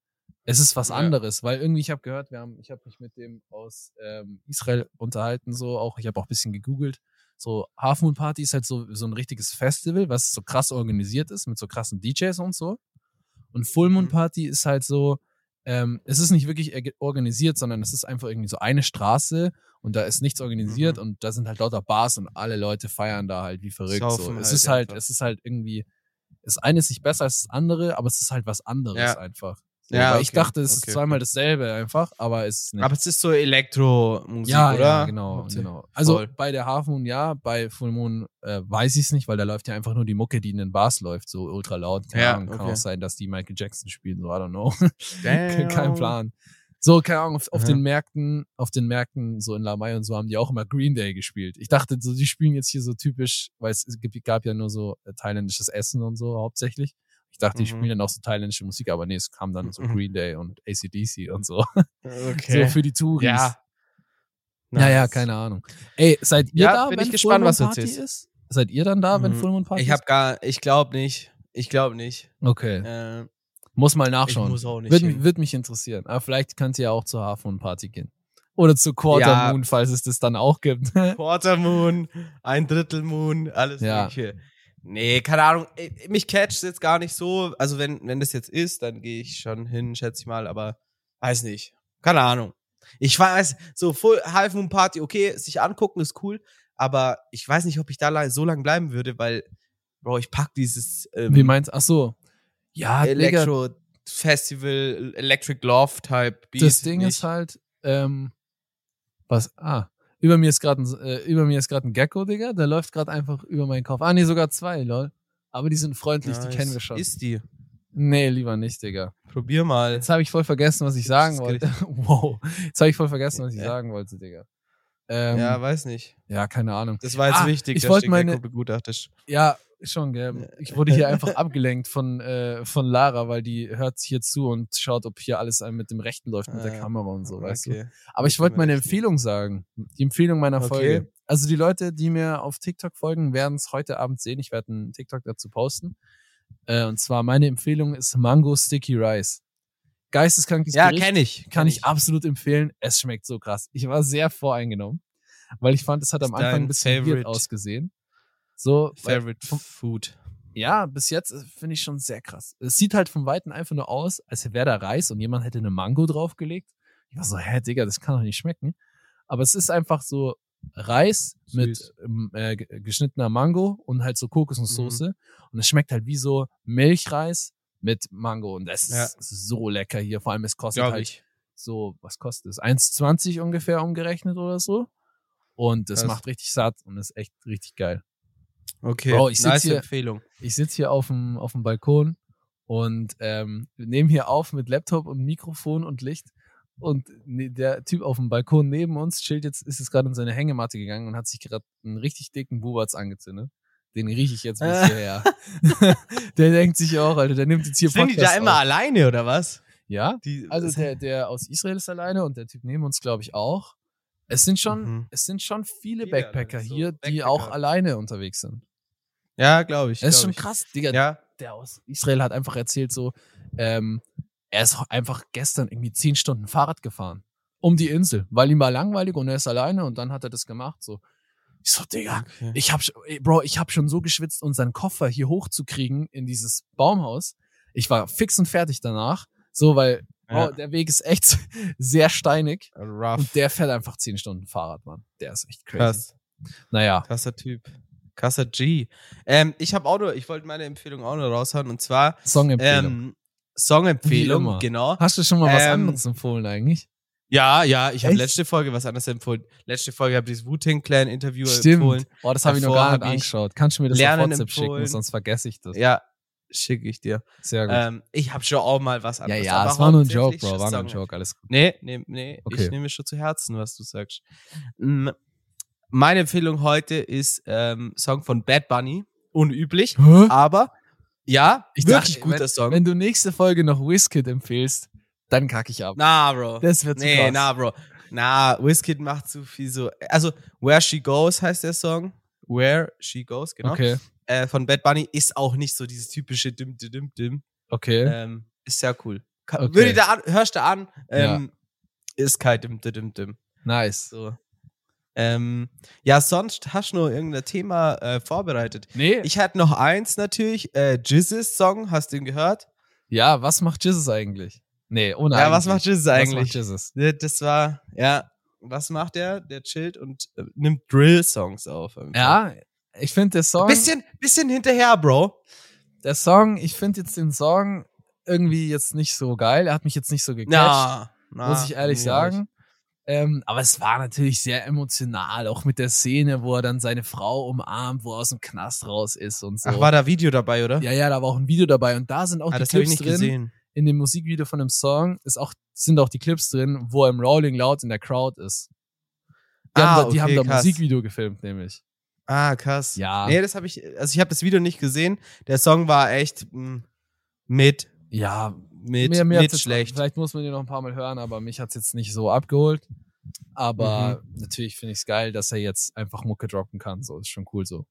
S1: Es ist was
S2: Ja.
S1: anderes, weil irgendwie, ich habe gehört, wir haben, ich habe mich mit dem aus ähm, Israel unterhalten, so auch, ich habe auch ein bisschen gegoogelt. So, Half Moon Party ist halt so, so ein richtiges Festival, was so krass organisiert ist, mit so krassen DJs und so. Und Full Moon
S2: Mhm.
S1: Party ist halt so, ähm, es ist nicht wirklich erge- organisiert, sondern es ist einfach irgendwie so eine Straße und da ist nichts organisiert
S2: Mhm.
S1: und da sind halt lauter Bars und alle Leute feiern da halt wie verrückt. So.
S2: Saufen
S1: Es
S2: halt
S1: ist halt,
S2: einfach.
S1: es ist halt irgendwie, das eine ist nicht besser als das andere, aber es ist halt was anderes
S2: Ja.
S1: einfach. So,
S2: Ja,
S1: weil ich
S2: okay,
S1: dachte, es ist
S2: okay,
S1: zweimal dasselbe einfach, aber es ist nicht.
S2: aber es ist so Elektromusik,
S1: ja,
S2: oder?
S1: ja, genau,
S2: Hauptsächlich.
S1: genau. *laughs* Also
S2: Voll.
S1: bei der Half Moon ja, bei Full Moon äh, weiß ich es nicht, weil da läuft ja einfach nur die Mucke, die in den Bars läuft, so ultra laut. Keine
S2: Ja,
S1: Ahnung, kann
S2: okay.
S1: auch sein, dass die Michael Jackson spielen, so I don't know.
S2: Damn.
S1: Kein Plan. So, keine Ahnung, auf, auf
S2: Genau. Ja.
S1: den Märkten, auf den Märkten, so in La May und so, haben die auch immer Green Day gespielt. Ich dachte, so, die spielen jetzt hier so typisch, weil es gibt- gab ja nur so äh, thailändisches Essen und so hauptsächlich. Ich dachte, die
S2: Mhm.
S1: spielen dann auch so thailändische Musik, aber nee, es kam dann so
S2: Mhm.
S1: Green Day und ACDC und so. *laughs*
S2: Okay.
S1: So für die Touris.
S2: ja.
S1: Naja,
S2: Nice.
S1: keine Ahnung. Ey, seid ihr
S2: Ja,
S1: da,
S2: bin
S1: wenn
S2: ich gespannt,
S1: Full Moon
S2: was du
S1: Party
S2: erzählst.
S1: ist? Seid ihr dann da, wenn
S2: Mhm.
S1: Full Moon Party
S2: Ich
S1: ist?
S2: habe gar, ich glaube nicht. Ich glaube nicht.
S1: Okay,
S2: Äh,
S1: muss mal
S2: ich
S1: nachschauen.
S2: muss auch nicht.
S1: Würde
S2: hin.
S1: würd mich interessieren. Aber vielleicht könnt ihr ja auch zur Half Moon Party gehen. Oder zu Quarter
S2: Ja.
S1: Moon, falls es das dann auch gibt. *laughs*
S2: Quarter Moon, ein Drittel Moon, alles
S1: Ja.
S2: mögliche. Nee, keine Ahnung. Ich- Mich catcht jetzt gar nicht so. Also wenn, wenn das jetzt ist, dann gehe ich schon hin, schätze ich mal, aber weiß nicht. Keine Ahnung. Ich weiß, so Full Half Moon Party, okay, sich angucken ist cool, aber ich weiß nicht, ob ich da lang- so lange bleiben würde, weil, Bro, ich pack dieses ähm,
S1: Wie meinst du? Ach so. Ja, Digga,
S2: Electro Festival, Electric Love Type Beat.
S1: das Ding
S2: nicht.
S1: ist halt, ähm, was, ah, über mir ist gerade ein, äh, über mir ist gerade ein Gecko, Digga, der läuft gerade einfach über meinen Kopf. Ah, nee, sogar zwei, lol. Aber die sind freundlich, die
S2: Nice.
S1: kennen wir schon.
S2: Ist die.
S1: nee, lieber nicht, Digga.
S2: Probier mal.
S1: Jetzt habe ich voll vergessen, was ich sagen
S2: Das
S1: wollte. *laughs* wow. Jetzt habe ich voll vergessen, was ich
S2: Ja.
S1: sagen wollte, Digga. Ähm,
S2: ja,
S1: ja,
S2: weiß nicht.
S1: keine Ahnung.
S2: Das war jetzt
S1: Ah,
S2: wichtig,
S1: ich
S2: dass
S1: wollte
S2: du
S1: meine-
S2: Gecko begutachtest.
S1: Ja, schon, gell. Ich wurde hier
S2: *laughs*
S1: einfach abgelenkt von, äh, von Lara, weil die hört hier zu und schaut, ob hier alles einem mit dem Rechten läuft, mit der
S2: Ah,
S1: Kamera und so, weißt du.
S2: okay.
S1: Aber ich
S2: mit
S1: wollte
S2: dem
S1: meine
S2: Rechten.
S1: Empfehlung sagen. Die Empfehlung meiner
S2: Okay.
S1: Folge. Also die Leute, die mir auf TikTok folgen, werden es heute Abend sehen. Ich werde einen TikTok dazu posten. Äh, und zwar meine Empfehlung ist Mango Sticky Rice. Geisteskrankes
S2: Ja,
S1: Gericht
S2: kenne ich.
S1: kann ich absolut empfehlen. Es schmeckt so krass. Ich war sehr voreingenommen, weil ich fand, es hat
S2: Ist
S1: am Anfang ein
S2: dein
S1: bisschen weird
S2: Favorite-
S1: ausgesehen. So, weil-
S2: Favorite Food.
S1: ja, bis jetzt äh, finde ich schon sehr krass. Es sieht halt vom Weiten einfach nur aus, als wäre da Reis und jemand hätte eine Mango draufgelegt. Ich war so, hä, Digga, das kann doch nicht schmecken. Aber es ist einfach so Reis
S2: Süß. Mhm.
S1: mit ähm, äh, ge- geschnittener Mango und halt so Kokosnusssoße. Und es schmeckt halt wie so Milchreis mit Mango. Und das
S2: Ja.
S1: ist so lecker hier. Vor allem, es kostet
S2: Glaub
S1: halt
S2: ich.
S1: so, was kostet es? 1,20 ungefähr umgerechnet oder so. Und das
S2: Krass.
S1: macht richtig satt und ist echt richtig geil.
S2: Okay,
S1: Bro, ich sitz
S2: nice
S1: hier-
S2: Empfehlung.
S1: Ich sitze hier auf dem, auf dem Balkon und ähm, wir nehmen hier auf mit Laptop und Mikrofon und Licht. Und ne- der Typ auf dem Balkon neben uns chillt jetzt, ist jetzt gerade in seine Hängematte gegangen und hat sich gerade einen richtig dicken Bubatz angezündet. Den rieche ich jetzt bis
S2: Äh.
S1: hierher. *laughs* der denkt sich auch, Alter, der nimmt jetzt hier
S2: Sind die da
S1: Podcast
S2: immer
S1: auf.
S2: alleine oder was?
S1: Ja,
S2: Die,
S1: also der, der aus Israel ist alleine und der Typ neben uns, glaube ich, auch. Es sind schon,
S2: Mhm.
S1: es sind schon viele
S2: Viele
S1: Backpacker
S2: alleine, so
S1: hier, die auch
S2: Backpacker.
S1: alleine unterwegs sind.
S2: ja, glaube ich.
S1: Das ist
S2: glaub
S1: schon
S2: ich.
S1: krass, Digga
S2: Ja,
S1: der aus Israel hat einfach erzählt, so, ähm, er ist einfach gestern irgendwie zehn Stunden Fahrrad gefahren. Um die Insel, weil ihm war langweilig und er ist alleine und dann hat er das gemacht, so. Ich so, Digga, ich hab, sch- ey, Bro, ich hab schon so geschwitzt, unseren Koffer hier hochzukriegen in dieses Baumhaus. Ich war fix und fertig danach. So, weil,
S2: Ja.
S1: Bro, der Weg ist echt *laughs* sehr steinig.
S2: Rough.
S1: Und der fährt einfach 10 Stunden Fahrrad, Mann. Der ist echt crazy.
S2: Krass.
S1: Naja,
S2: Krasser Typ. Krasser G. Ähm, ich habe auch nur, ich wollte meine Empfehlung auch nur raushauen und zwar
S1: Songempfehlung.
S2: ähm,
S1: Wie immer.
S2: Songempfehlung, genau.
S1: Hast du schon mal was
S2: ähm,
S1: anderes empfohlen eigentlich?
S2: Ja, ja, ich habe
S1: Echt?
S2: letzte Folge was anderes empfohlen. Letzte Folge habe ich dieses Wu-Tang Clan Interview empfohlen.
S1: Boah, das habe ich Äh, noch gar
S2: Davor
S1: nicht
S2: hab ich
S1: angeschaut. Kannst du mir das auf
S2: Lernen
S1: WhatsApp schicken,
S2: empfohlen.
S1: sonst vergesse ich das.
S2: Ja, schicke ich dir.
S1: Sehr gut.
S2: Ähm, ich habe schon auch mal was
S1: ja,
S2: anderes.
S1: ja,
S2: aber
S1: es war nur ein Joke,
S2: hauptsächlich
S1: Bro. War nur ein
S2: Song-
S1: Joke, alles gut.
S2: Nee, nee, nee.
S1: Okay.
S2: Ich nehme mir schon zu Herzen, was du sagst. Mm, Meine Empfehlung heute ist ähm, Song von Bad Bunny. Unüblich,
S1: Hä?
S2: aber ja,
S1: Ich
S2: wirklich
S1: dachte,
S2: guter Song.
S1: Wenn du nächste Folge noch Wizkid empfehlst, dann kack ich ab.
S2: na, Bro.
S1: das wird zu
S2: nee,
S1: krass.
S2: na, Bro. Na, Wizkid macht zu viel so. Also, Where She Goes heißt der Song. Where She Goes, genau.
S1: Okay, ne?
S2: Äh, von Bad Bunny ist auch nicht so dieses typische Dim, Dim, Dim, Dim.
S1: okay.
S2: Ähm, ist sehr cool. Ka-
S1: Okay.
S2: Würde da an, hörst du an, ähm, ist kein Dim, Dim, Dim, Dim.
S1: nice.
S2: So. Ähm, ja, sonst hast du noch irgendein Thema äh, vorbereitet.
S1: Nee,
S2: Ich hatte noch eins natürlich, äh, Jizzes Song, hast du ihn gehört?
S1: ja, was macht Jesus eigentlich? Nee, ohne
S2: ja, was
S1: eigentlich.
S2: macht Jizzes
S1: Was macht
S2: eigentlich?
S1: Jesus?
S2: Ja, Das war, ja, was macht der? Der chillt und äh, nimmt Drill-Songs auf. irgendwie.
S1: Ja, ich finde der Song,
S2: Bisschen, bisschen hinterher, Bro.
S1: der Song, ich finde jetzt den Song irgendwie jetzt nicht so geil. Er hat mich jetzt nicht so gecatcht.
S2: na,
S1: muss ich ehrlich
S2: nee,
S1: sagen. Ähm, aber es war natürlich sehr emotional, auch mit der Szene, wo er dann seine Frau umarmt, wo er aus dem Knast raus ist und so.
S2: Ach, war da Video dabei, oder?
S1: ja, ja, da war auch ein Video dabei und da sind auch
S2: ah,
S1: die
S2: das habe ich
S1: Clips
S2: nicht
S1: drin.
S2: gesehen.
S1: In dem Musikvideo von dem Song ist auch, sind auch die Clips drin, wo er im Rolling Loud in der Crowd ist. Die
S2: Ah,
S1: haben da, die
S2: okay,
S1: haben da
S2: krass.
S1: Musikvideo gefilmt, nämlich.
S2: Ah, krass.
S1: Ja,
S2: Nee, das habe ich, also ich habe das Video nicht gesehen. Der Song war echt mh, mit,
S1: ja,
S2: mit,
S1: mir, mir hat's
S2: mit
S1: jetzt-
S2: schlecht.
S1: Vielleicht muss man den noch ein paar Mal hören, aber mich hat's jetzt nicht so abgeholt. Aber
S2: Mhm.
S1: natürlich finde ich es geil, dass er jetzt einfach Mucke droppen kann. So ist schon cool so.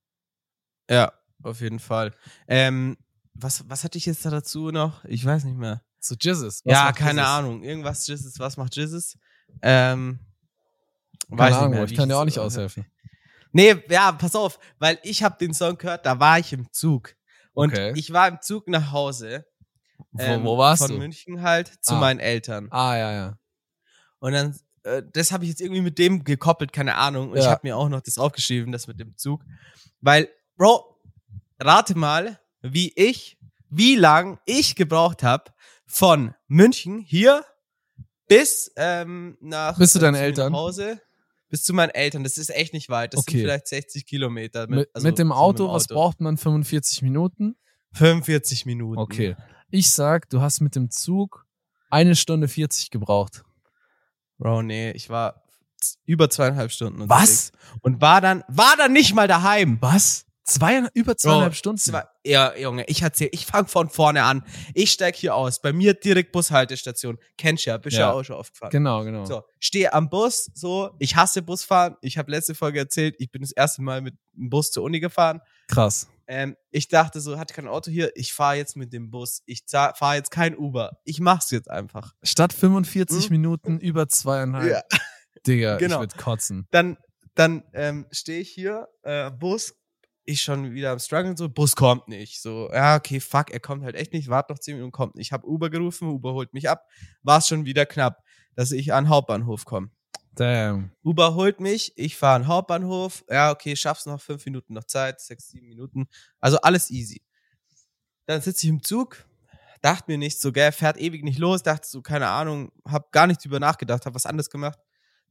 S2: Ja, auf jeden Fall. Ähm, was, was hatte ich jetzt da dazu noch? Ich weiß nicht mehr.
S1: So Jizzes.
S2: ja, keine Ahnung. Irgendwas Jizzes, was macht Jizzes? Ähm,
S1: Keine
S2: nicht
S1: Ahnung,
S2: mehr,
S1: ich
S2: wie
S1: kann dir
S2: das-
S1: auch nicht aushelfen.
S2: Nee, ja, pass auf, weil ich habe den Song gehört, da war ich im Zug. Und
S1: Okay.
S2: ich war im Zug nach Hause. ähm,
S1: wo, wo warst
S2: Von
S1: du?
S2: München halt zu
S1: Ah.
S2: meinen Eltern.
S1: Ah, ja, ja.
S2: Und dann, äh, das habe ich jetzt irgendwie mit dem gekoppelt, keine Ahnung. Und ich
S1: Ja.
S2: habe mir auch noch das aufgeschrieben, das mit dem Zug. Weil, Bro, rate mal, wie ich, wie lang ich gebraucht habe von München hier bis ähm, nach.
S1: Bis zu deinen
S2: äh, mir
S1: Eltern?
S2: Nach Hause. Bis zu meinen Eltern. Das ist echt nicht weit. Das
S1: Okay.
S2: sind vielleicht 60 Kilometer.
S1: Mit,
S2: also
S1: mit dem
S2: so
S1: Auto, was braucht man? 45 Minuten?
S2: 45 Minuten.
S1: Okay. Ich sag, du hast mit dem Zug eine Stunde 40 gebraucht.
S2: Bro, nee, ich war z- über zweieinhalb Stunden.
S1: Was?
S2: unterwegs Und war dann, war dann nicht mal daheim.
S1: Was? Zwei, über zweieinhalb Stunden?
S2: Zwei, ja, Junge, ich erzähl, ich fang von vorne an. Ich steig hier aus, bei mir direkt Bushaltestation. Kennst ja, bist ja,
S1: Ja.
S2: auch schon aufgefahren.
S1: Genau, genau.
S2: So, stehe am Bus, so, ich hasse Busfahren. Ich habe letzte Folge erzählt, ich bin das erste Mal mit dem Bus zur Uni gefahren.
S1: Krass.
S2: Ähm, ich dachte so, hatte kein Auto hier, ich fahre jetzt mit dem Bus. Ich fahre jetzt kein Uber. Ich mach's jetzt einfach.
S1: Statt 45
S2: Hm?
S1: Minuten über zweieinhalb.
S2: Ja.
S1: Digga,
S2: Genau.
S1: ich würd kotzen.
S2: Dann, dann ähm, stehe ich hier, äh, Bus, ich schon wieder am Struggeln, so, Bus kommt nicht. So, ja, okay, fuck, er kommt halt echt nicht, warte noch 10 Minuten, kommt nicht. Ich habe Uber gerufen, Uber holt mich ab, war es schon wieder knapp, dass ich an den Hauptbahnhof komme.
S1: Damn.
S2: Uber holt mich, ich fahre an den Hauptbahnhof, ja, okay, schaff's noch, 5 Minuten noch Zeit, 6, 7 Minuten, also alles easy. Dann sitze ich im Zug, dachte mir nichts, so, gell, fährt ewig nicht los, dachte so, keine Ahnung, hab gar nicht drüber nachgedacht, hab was anderes gemacht.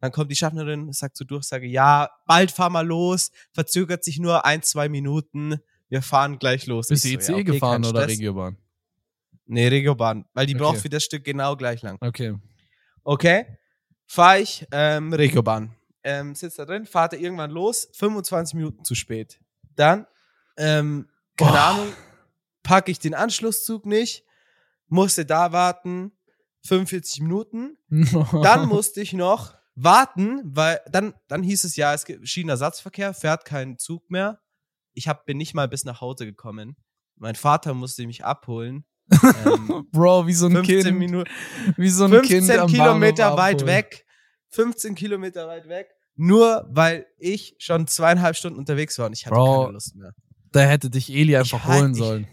S2: Dann kommt die Schaffnerin, sagt zur Durchsage, ja, bald fahr mal los, verzögert sich nur ein, zwei Minuten, wir fahren gleich los.
S1: Bist du
S2: Ich
S1: ICE
S2: so, ja, okay,
S1: gefahren
S2: kein
S1: oder
S2: Stress.
S1: Regiobahn?
S2: Nee, Regiobahn, weil die
S1: Okay.
S2: braucht für das Stück genau gleich lang.
S1: Okay.
S2: Okay, fahre ich ähm, Regiobahn. Ähm, sitz da drin, fahrt er irgendwann los, 25 Minuten zu spät. Dann, ähm, keine
S1: Boah.
S2: Ahnung, packe ich den Anschlusszug nicht, musste da warten, 45 Minuten.
S1: *laughs*
S2: Dann musste ich noch warten, weil dann, dann hieß es ja, es gibt Schienener Ersatzverkehr, fährt kein Zug mehr. Ich hab, bin nicht mal bis nach Hause gekommen. Mein Vater musste mich abholen. Ähm,
S1: Bro, wie so ein
S2: 15
S1: Kind.
S2: Minuten,
S1: Wie so ein
S2: 15
S1: kind am Bahnhof
S2: Kilometer weit
S1: abholen.
S2: weg. 15 Kilometer weit weg. Nur weil ich schon zweieinhalb Stunden unterwegs war und ich hatte
S1: Bro.
S2: keine Lust mehr.
S1: Da hätte dich Eli einfach
S2: halt-
S1: holen
S2: ich-
S1: sollen.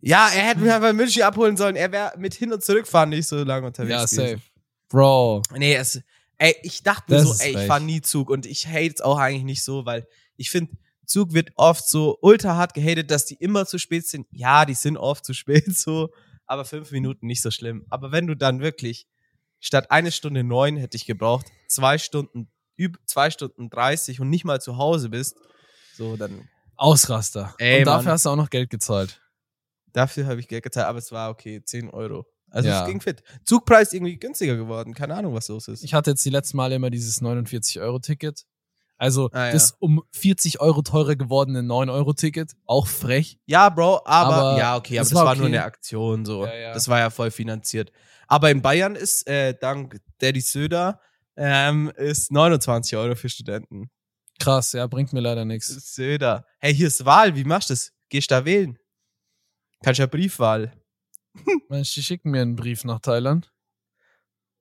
S2: Ja, er hätte mich einfach in München abholen sollen. Er wäre mit hin und zurückfahren nicht so lange unterwegs.
S1: Ja,
S2: gewesen.
S1: safe. Bro.
S2: Nee, es, ey, ich dachte mir
S1: Das
S2: so,
S1: ist
S2: ey, ich
S1: frech.
S2: fahre nie Zug und ich hate es auch eigentlich nicht so, weil ich finde, Zug wird oft so ultra hart gehatet, dass die immer zu spät sind. Ja, die sind oft zu spät *laughs* so, aber fünf Minuten nicht so schlimm. Aber wenn du dann wirklich statt eine Stunde neun hätte ich gebraucht, zwei Stunden, üb, zwei Stunden dreißig und nicht mal zu Hause bist, so, dann
S1: Ausraster.
S2: Ey,
S1: und dafür
S2: Mann.
S1: hast du auch noch Geld gezahlt.
S2: dafür habe ich Geld gezahlt, aber es war okay, 10 Euro. Also
S1: Ja.
S2: es ging fit. Zugpreis irgendwie günstiger geworden, keine Ahnung, was los ist.
S1: Ich hatte jetzt die letzten Male immer dieses 49-Euro-Ticket. Also
S2: Ah, ja.
S1: das um 40 Euro teurer gewordene 9-Euro-Ticket. Auch frech.
S2: Ja, Bro, aber,
S1: Aber
S2: ja, okay, aber
S1: das
S2: das
S1: war
S2: war, nur
S1: okay.
S2: eine Aktion so.
S1: Ja, ja.
S2: Das war ja voll finanziert. Aber in Bayern ist äh, dank Daddy Söder ähm, ist 29 Euro für Studenten.
S1: Krass, ja, bringt mir leider *laughs* nichts.
S2: Söder. Hey, hier ist Wahl, wie machst du das? Gehst da wählen? Kannst ja Briefwahl.
S1: Mensch, die schicken mir einen Brief nach Thailand.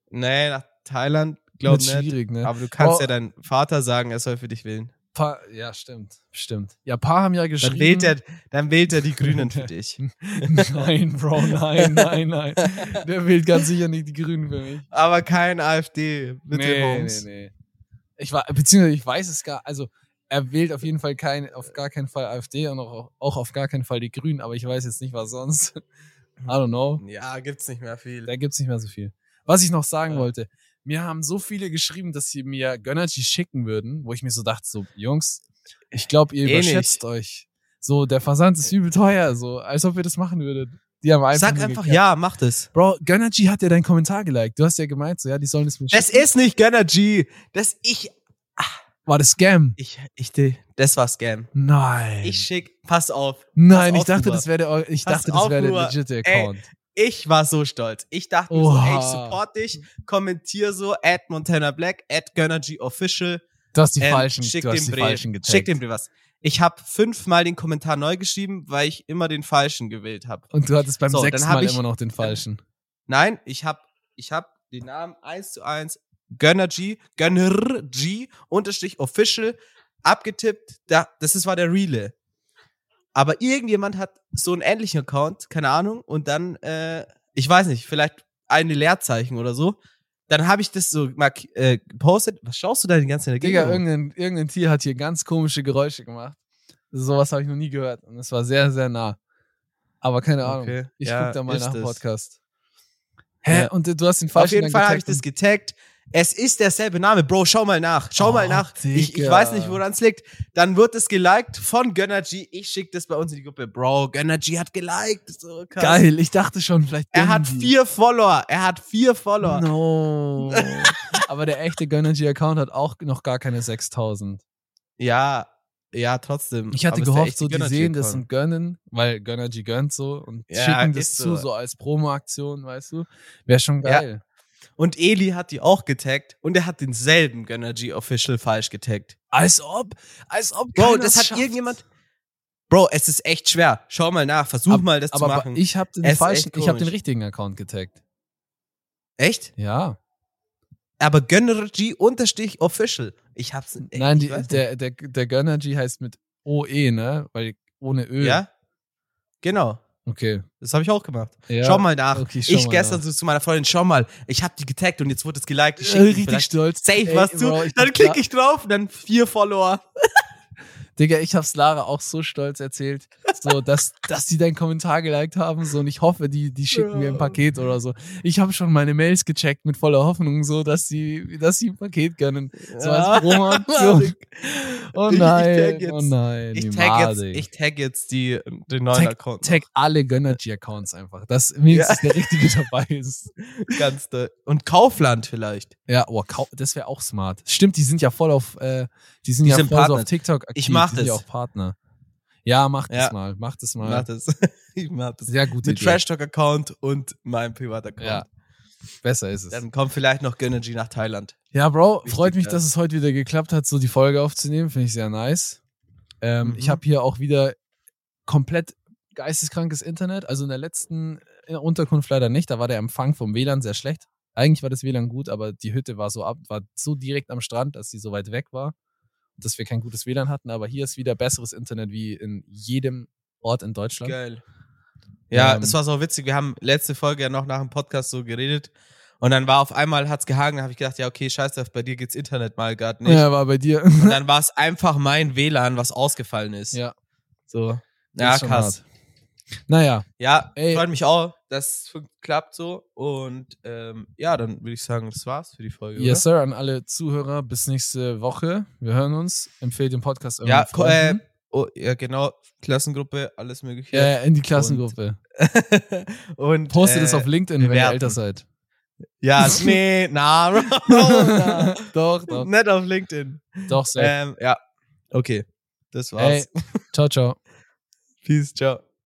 S2: Nee, nach Thailand, glaub
S1: Wird
S2: nicht.
S1: schwierig, ne?
S2: Aber du kannst
S1: Bro.
S2: ja deinem Vater sagen, er soll für dich wählen.
S1: Paar, ja, stimmt. Stimmt. Ja, paar haben ja geschrieben.
S2: Dann wählt, er, dann wählt er die Grünen für dich.
S1: *laughs* Nein, Bro, nein, nein, *laughs* nein. Der wählt ganz sicher nicht die Grünen für mich.
S2: Aber kein AfD. Bitte,
S1: nee,
S2: Holmes.
S1: nee, nee. Ich war, beziehungsweise ich weiß es gar, also er wählt auf jeden Fall kein, auf gar keinen Fall AfD und auch, auch auf gar keinen Fall die Grünen, aber ich weiß jetzt nicht, was sonst. *laughs* I don't know.
S2: Ja, gibt's nicht mehr viel.
S1: Da gibt's nicht mehr so viel. Was ich noch sagen
S2: Ja.
S1: wollte, mir haben so viele geschrieben, dass sie mir Gönnergy schicken würden, wo ich mir so dachte, so, Jungs, ich glaube, ihr
S2: Eh nicht.
S1: überschätzt euch. So, der Versand ist übel teuer, so, als ob ihr das machen würdet. Die haben einfach
S2: Sag
S1: nur
S2: einfach
S1: gekauft.
S2: ja, mach das.
S1: Bro, Gönnergy hat ja deinen Kommentar geliked. Du hast ja gemeint, so, ja, die sollen es mir
S2: Das ist nicht Gunner G. Das ich,
S1: War das Scam?
S2: ich, ich, die- das war
S1: Ähm.
S2: Scam.
S1: Nein.
S2: Ich schick, pass auf.
S1: Nein,
S2: pass
S1: ich
S2: auf,
S1: dachte,
S2: Huber.
S1: das wäre der, Or- ich
S2: Pass
S1: dachte, das
S2: auf,
S1: wäre der
S2: Huber.
S1: legitite
S2: Ey.
S1: Account.
S2: Ich war so stolz. Ich dachte mir so,
S1: Oha.
S2: ey, ich support dich, kommentier so, add Montana Black, add Gunner G Official.
S1: Du hast die
S2: ähm,
S1: falschen,
S2: schick
S1: du hast
S2: dem
S1: die
S2: Bre-
S1: falschen getaggt.
S2: Schick dem Bre was. Ich habe fünfmal den Kommentar neu geschrieben, weil ich immer den falschen gewählt habe.
S1: Und du hattest beim
S2: So, dann
S1: sechsten
S2: hab
S1: Mal
S2: ich-
S1: immer noch den falschen.
S2: Nein, ich hab, ich hab den Namen 1 zu 1 Gönner G, Gönner G, Unterstrich Official, abgetippt. Da, das ist, war der Reale. Aber irgendjemand hat so einen ähnlichen Account, keine Ahnung, und dann, äh, ich weiß nicht, vielleicht eine Leerzeichen oder so. Dann habe ich das so mark- äh, gepostet. Was schaust du da die ganze Zeit
S1: Digga,
S2: dagegen?
S1: irgendein, irgendein Tier hat hier ganz komische Geräusche gemacht. Sowas habe ich noch nie gehört. Und es war sehr, sehr nah. Aber keine Ahnung.
S2: Okay,
S1: Ich
S2: ja,
S1: guck da mal
S2: ist
S1: nach dem
S2: es.
S1: Podcast. Hä?
S2: Ja.
S1: Und du hast den falschen
S2: Auf jeden
S1: dann
S2: Fall habe ich
S1: getaggt
S2: das getaggt. Es ist derselbe Name, Bro. Schau mal nach. Schau
S1: Oh,
S2: mal nach. Ich, ich
S1: Digga.
S2: weiß nicht, woran es liegt. Dann wird es geliked von Gönner G. Ich schicke das bei uns in die Gruppe. Bro, Gönner G hat geliked. So
S1: und-
S2: krass.
S1: Geil, ich dachte schon, vielleicht.
S2: Er hat
S1: Gönnergy.
S2: vier Follower. Er hat vier Follower. *laughs*
S1: No. Aber der echte Gönnergy-Account hat auch noch gar keine 6000.
S2: Ja, ja, trotzdem.
S1: Ich hatte
S2: Hm, Aber ist der
S1: gehofft,
S2: echte
S1: so die
S2: Gönner G
S1: sehen das
S2: Account.
S1: und gönnen, weil Gönnergy gönnt so und
S2: Ja,
S1: schicken das
S2: ist
S1: zu,
S2: so.
S1: so als Promo-Aktion, weißt du? Wäre schon
S2: Ja.
S1: geil.
S2: Und Eli hat die auch getaggt. Und er hat denselben Gönner G Official falsch getaggt.
S1: Als ob, als ob.
S2: Bro,
S1: keiner
S2: das
S1: es
S2: hat
S1: schafft.
S2: irgendjemand. Bro, es ist echt schwer. Schau mal nach. Versuch
S1: Ab-
S2: mal, das zu
S1: Aber
S2: machen.
S1: ich habe den
S2: Es ist
S1: falschen,
S2: echt
S1: ich habe den
S2: komisch.
S1: richtigen Account getaggt.
S2: echt?
S1: Ja.
S2: Aber Gönnergy unterstrich official. Ich hab's echt
S1: Nein, die,
S2: ich weiß
S1: der, der, der Gönnergy heißt mit OE, ne? Weil ohne Ö.
S2: nicht. Ja? Genau.
S1: Okay.
S2: Das habe ich auch gemacht.
S1: Ja.
S2: Schau mal nach.
S1: Okay, schau
S2: ich
S1: mal
S2: gestern
S1: nach.
S2: so zu meiner Freundin, schau mal, ich habe die getaggt und jetzt wurde es geliked. Ich
S1: Äh,
S2: schick dir
S1: richtig
S2: vielleicht
S1: stolz.
S2: safe
S1: Ey,
S2: was zu.
S1: Bro, ich
S2: dann
S1: bin
S2: klicke
S1: klar-
S2: ich drauf und dann vier Follower.
S1: Digga, ich hab's Lara auch so stolz erzählt, so dass, dass die deinen Kommentar geliked haben, so und ich hoffe, die, die schicken mir ein
S2: Ja.
S1: Paket oder so. Ich habe schon meine Mails gecheckt mit voller Hoffnung, so dass sie, dass sie ein Paket gönnen. So als
S2: *laughs*
S1: Promoaktion. Oh
S2: Ich-
S1: nein,
S2: ich tag jetzt-
S1: oh nein.
S2: Ich
S1: die
S2: tag jetzt,
S1: Madik.
S2: ich tag jetzt die, den neuen
S1: Tag-
S2: Account.
S1: Tag alle Gönnergy-Accounts einfach, dass wenigstens der richtige *laughs* dabei ist.
S2: *laughs* Ganz doll. Und Kaufland vielleicht.
S1: Ja, oh, kau- das wäre auch smart. Stimmt, die sind ja voll auf, äh, die sind
S2: Die
S1: ja
S2: sind
S1: voll so
S2: Partner.
S1: auf TikTok aktiv.
S2: Ich mach
S1: die sind ja
S2: das.
S1: auch Partner. Ja, macht
S2: Ja.
S1: das mal, macht das mal.
S2: Mach das. *laughs* Ich mach das.
S1: Sehr gute
S2: Mit
S1: Idee.
S2: Trash Talk Account und meinem Privataccount.
S1: Ja. Besser ist es.
S2: Dann kommt vielleicht noch Gönnergy nach Thailand.
S1: ja, Bro,
S2: Wichtig,
S1: freut mich,
S2: ja.
S1: dass es heute wieder geklappt hat, so die Folge aufzunehmen. Finde ich sehr nice. Ähm,
S2: Mhm.
S1: Ich habe hier auch wieder komplett geisteskrankes Internet. Also in der letzten äh, Unterkunft leider nicht. Da war der Empfang vom WLAN sehr schlecht. Eigentlich war das WLAN gut, aber die Hütte war so ab, war so direkt am Strand, dass sie so weit weg war, dass wir kein gutes WLAN hatten. Aber hier ist wieder besseres Internet wie in jedem Ort in Deutschland.
S2: Geil. Ja,
S1: Ähm,
S2: das war so witzig. Wir haben letzte Folge ja noch nach dem Podcast so geredet. Und dann war auf einmal, hat's gehangen, habe ich gedacht, ja, okay, scheiß drauf, bei dir geht's Internet mal gerade nicht.
S1: Ja, war bei dir. *laughs*
S2: Und dann war es einfach mein WLAN, was ausgefallen ist.
S1: ja.
S2: So.
S1: Das
S2: Ja,
S1: ist schon
S2: krass.
S1: Naja,
S2: Ja,
S1: Ey.
S2: freut mich auch, dass es klappt so. Und ähm, ja, dann würde ich sagen, das war's für die Folge.
S1: yes sir an alle Zuhörer. Bis nächste Woche. Wir hören uns. Empfehlt den Podcast
S2: oder? Ja,
S1: euren
S2: ko- äh,
S1: Ähm, Freunden.
S2: oh, ja, genau. Klassengruppe, alles Mögliche.
S1: äh, in die Klassengruppe.
S2: *laughs* Und
S1: Postet
S2: äh,
S1: es auf LinkedIn, wenn ihr
S2: bewerten.
S1: älter seid.
S2: Ja, nee,
S1: *laughs*
S2: na, na.
S1: doch,
S2: *laughs*
S1: doch,
S2: nicht auf LinkedIn. Äh.
S1: doch, safe.
S2: Ähm, ja, okay. Das war's.
S1: Ey, ciao, ciao.
S2: Peace, ciao.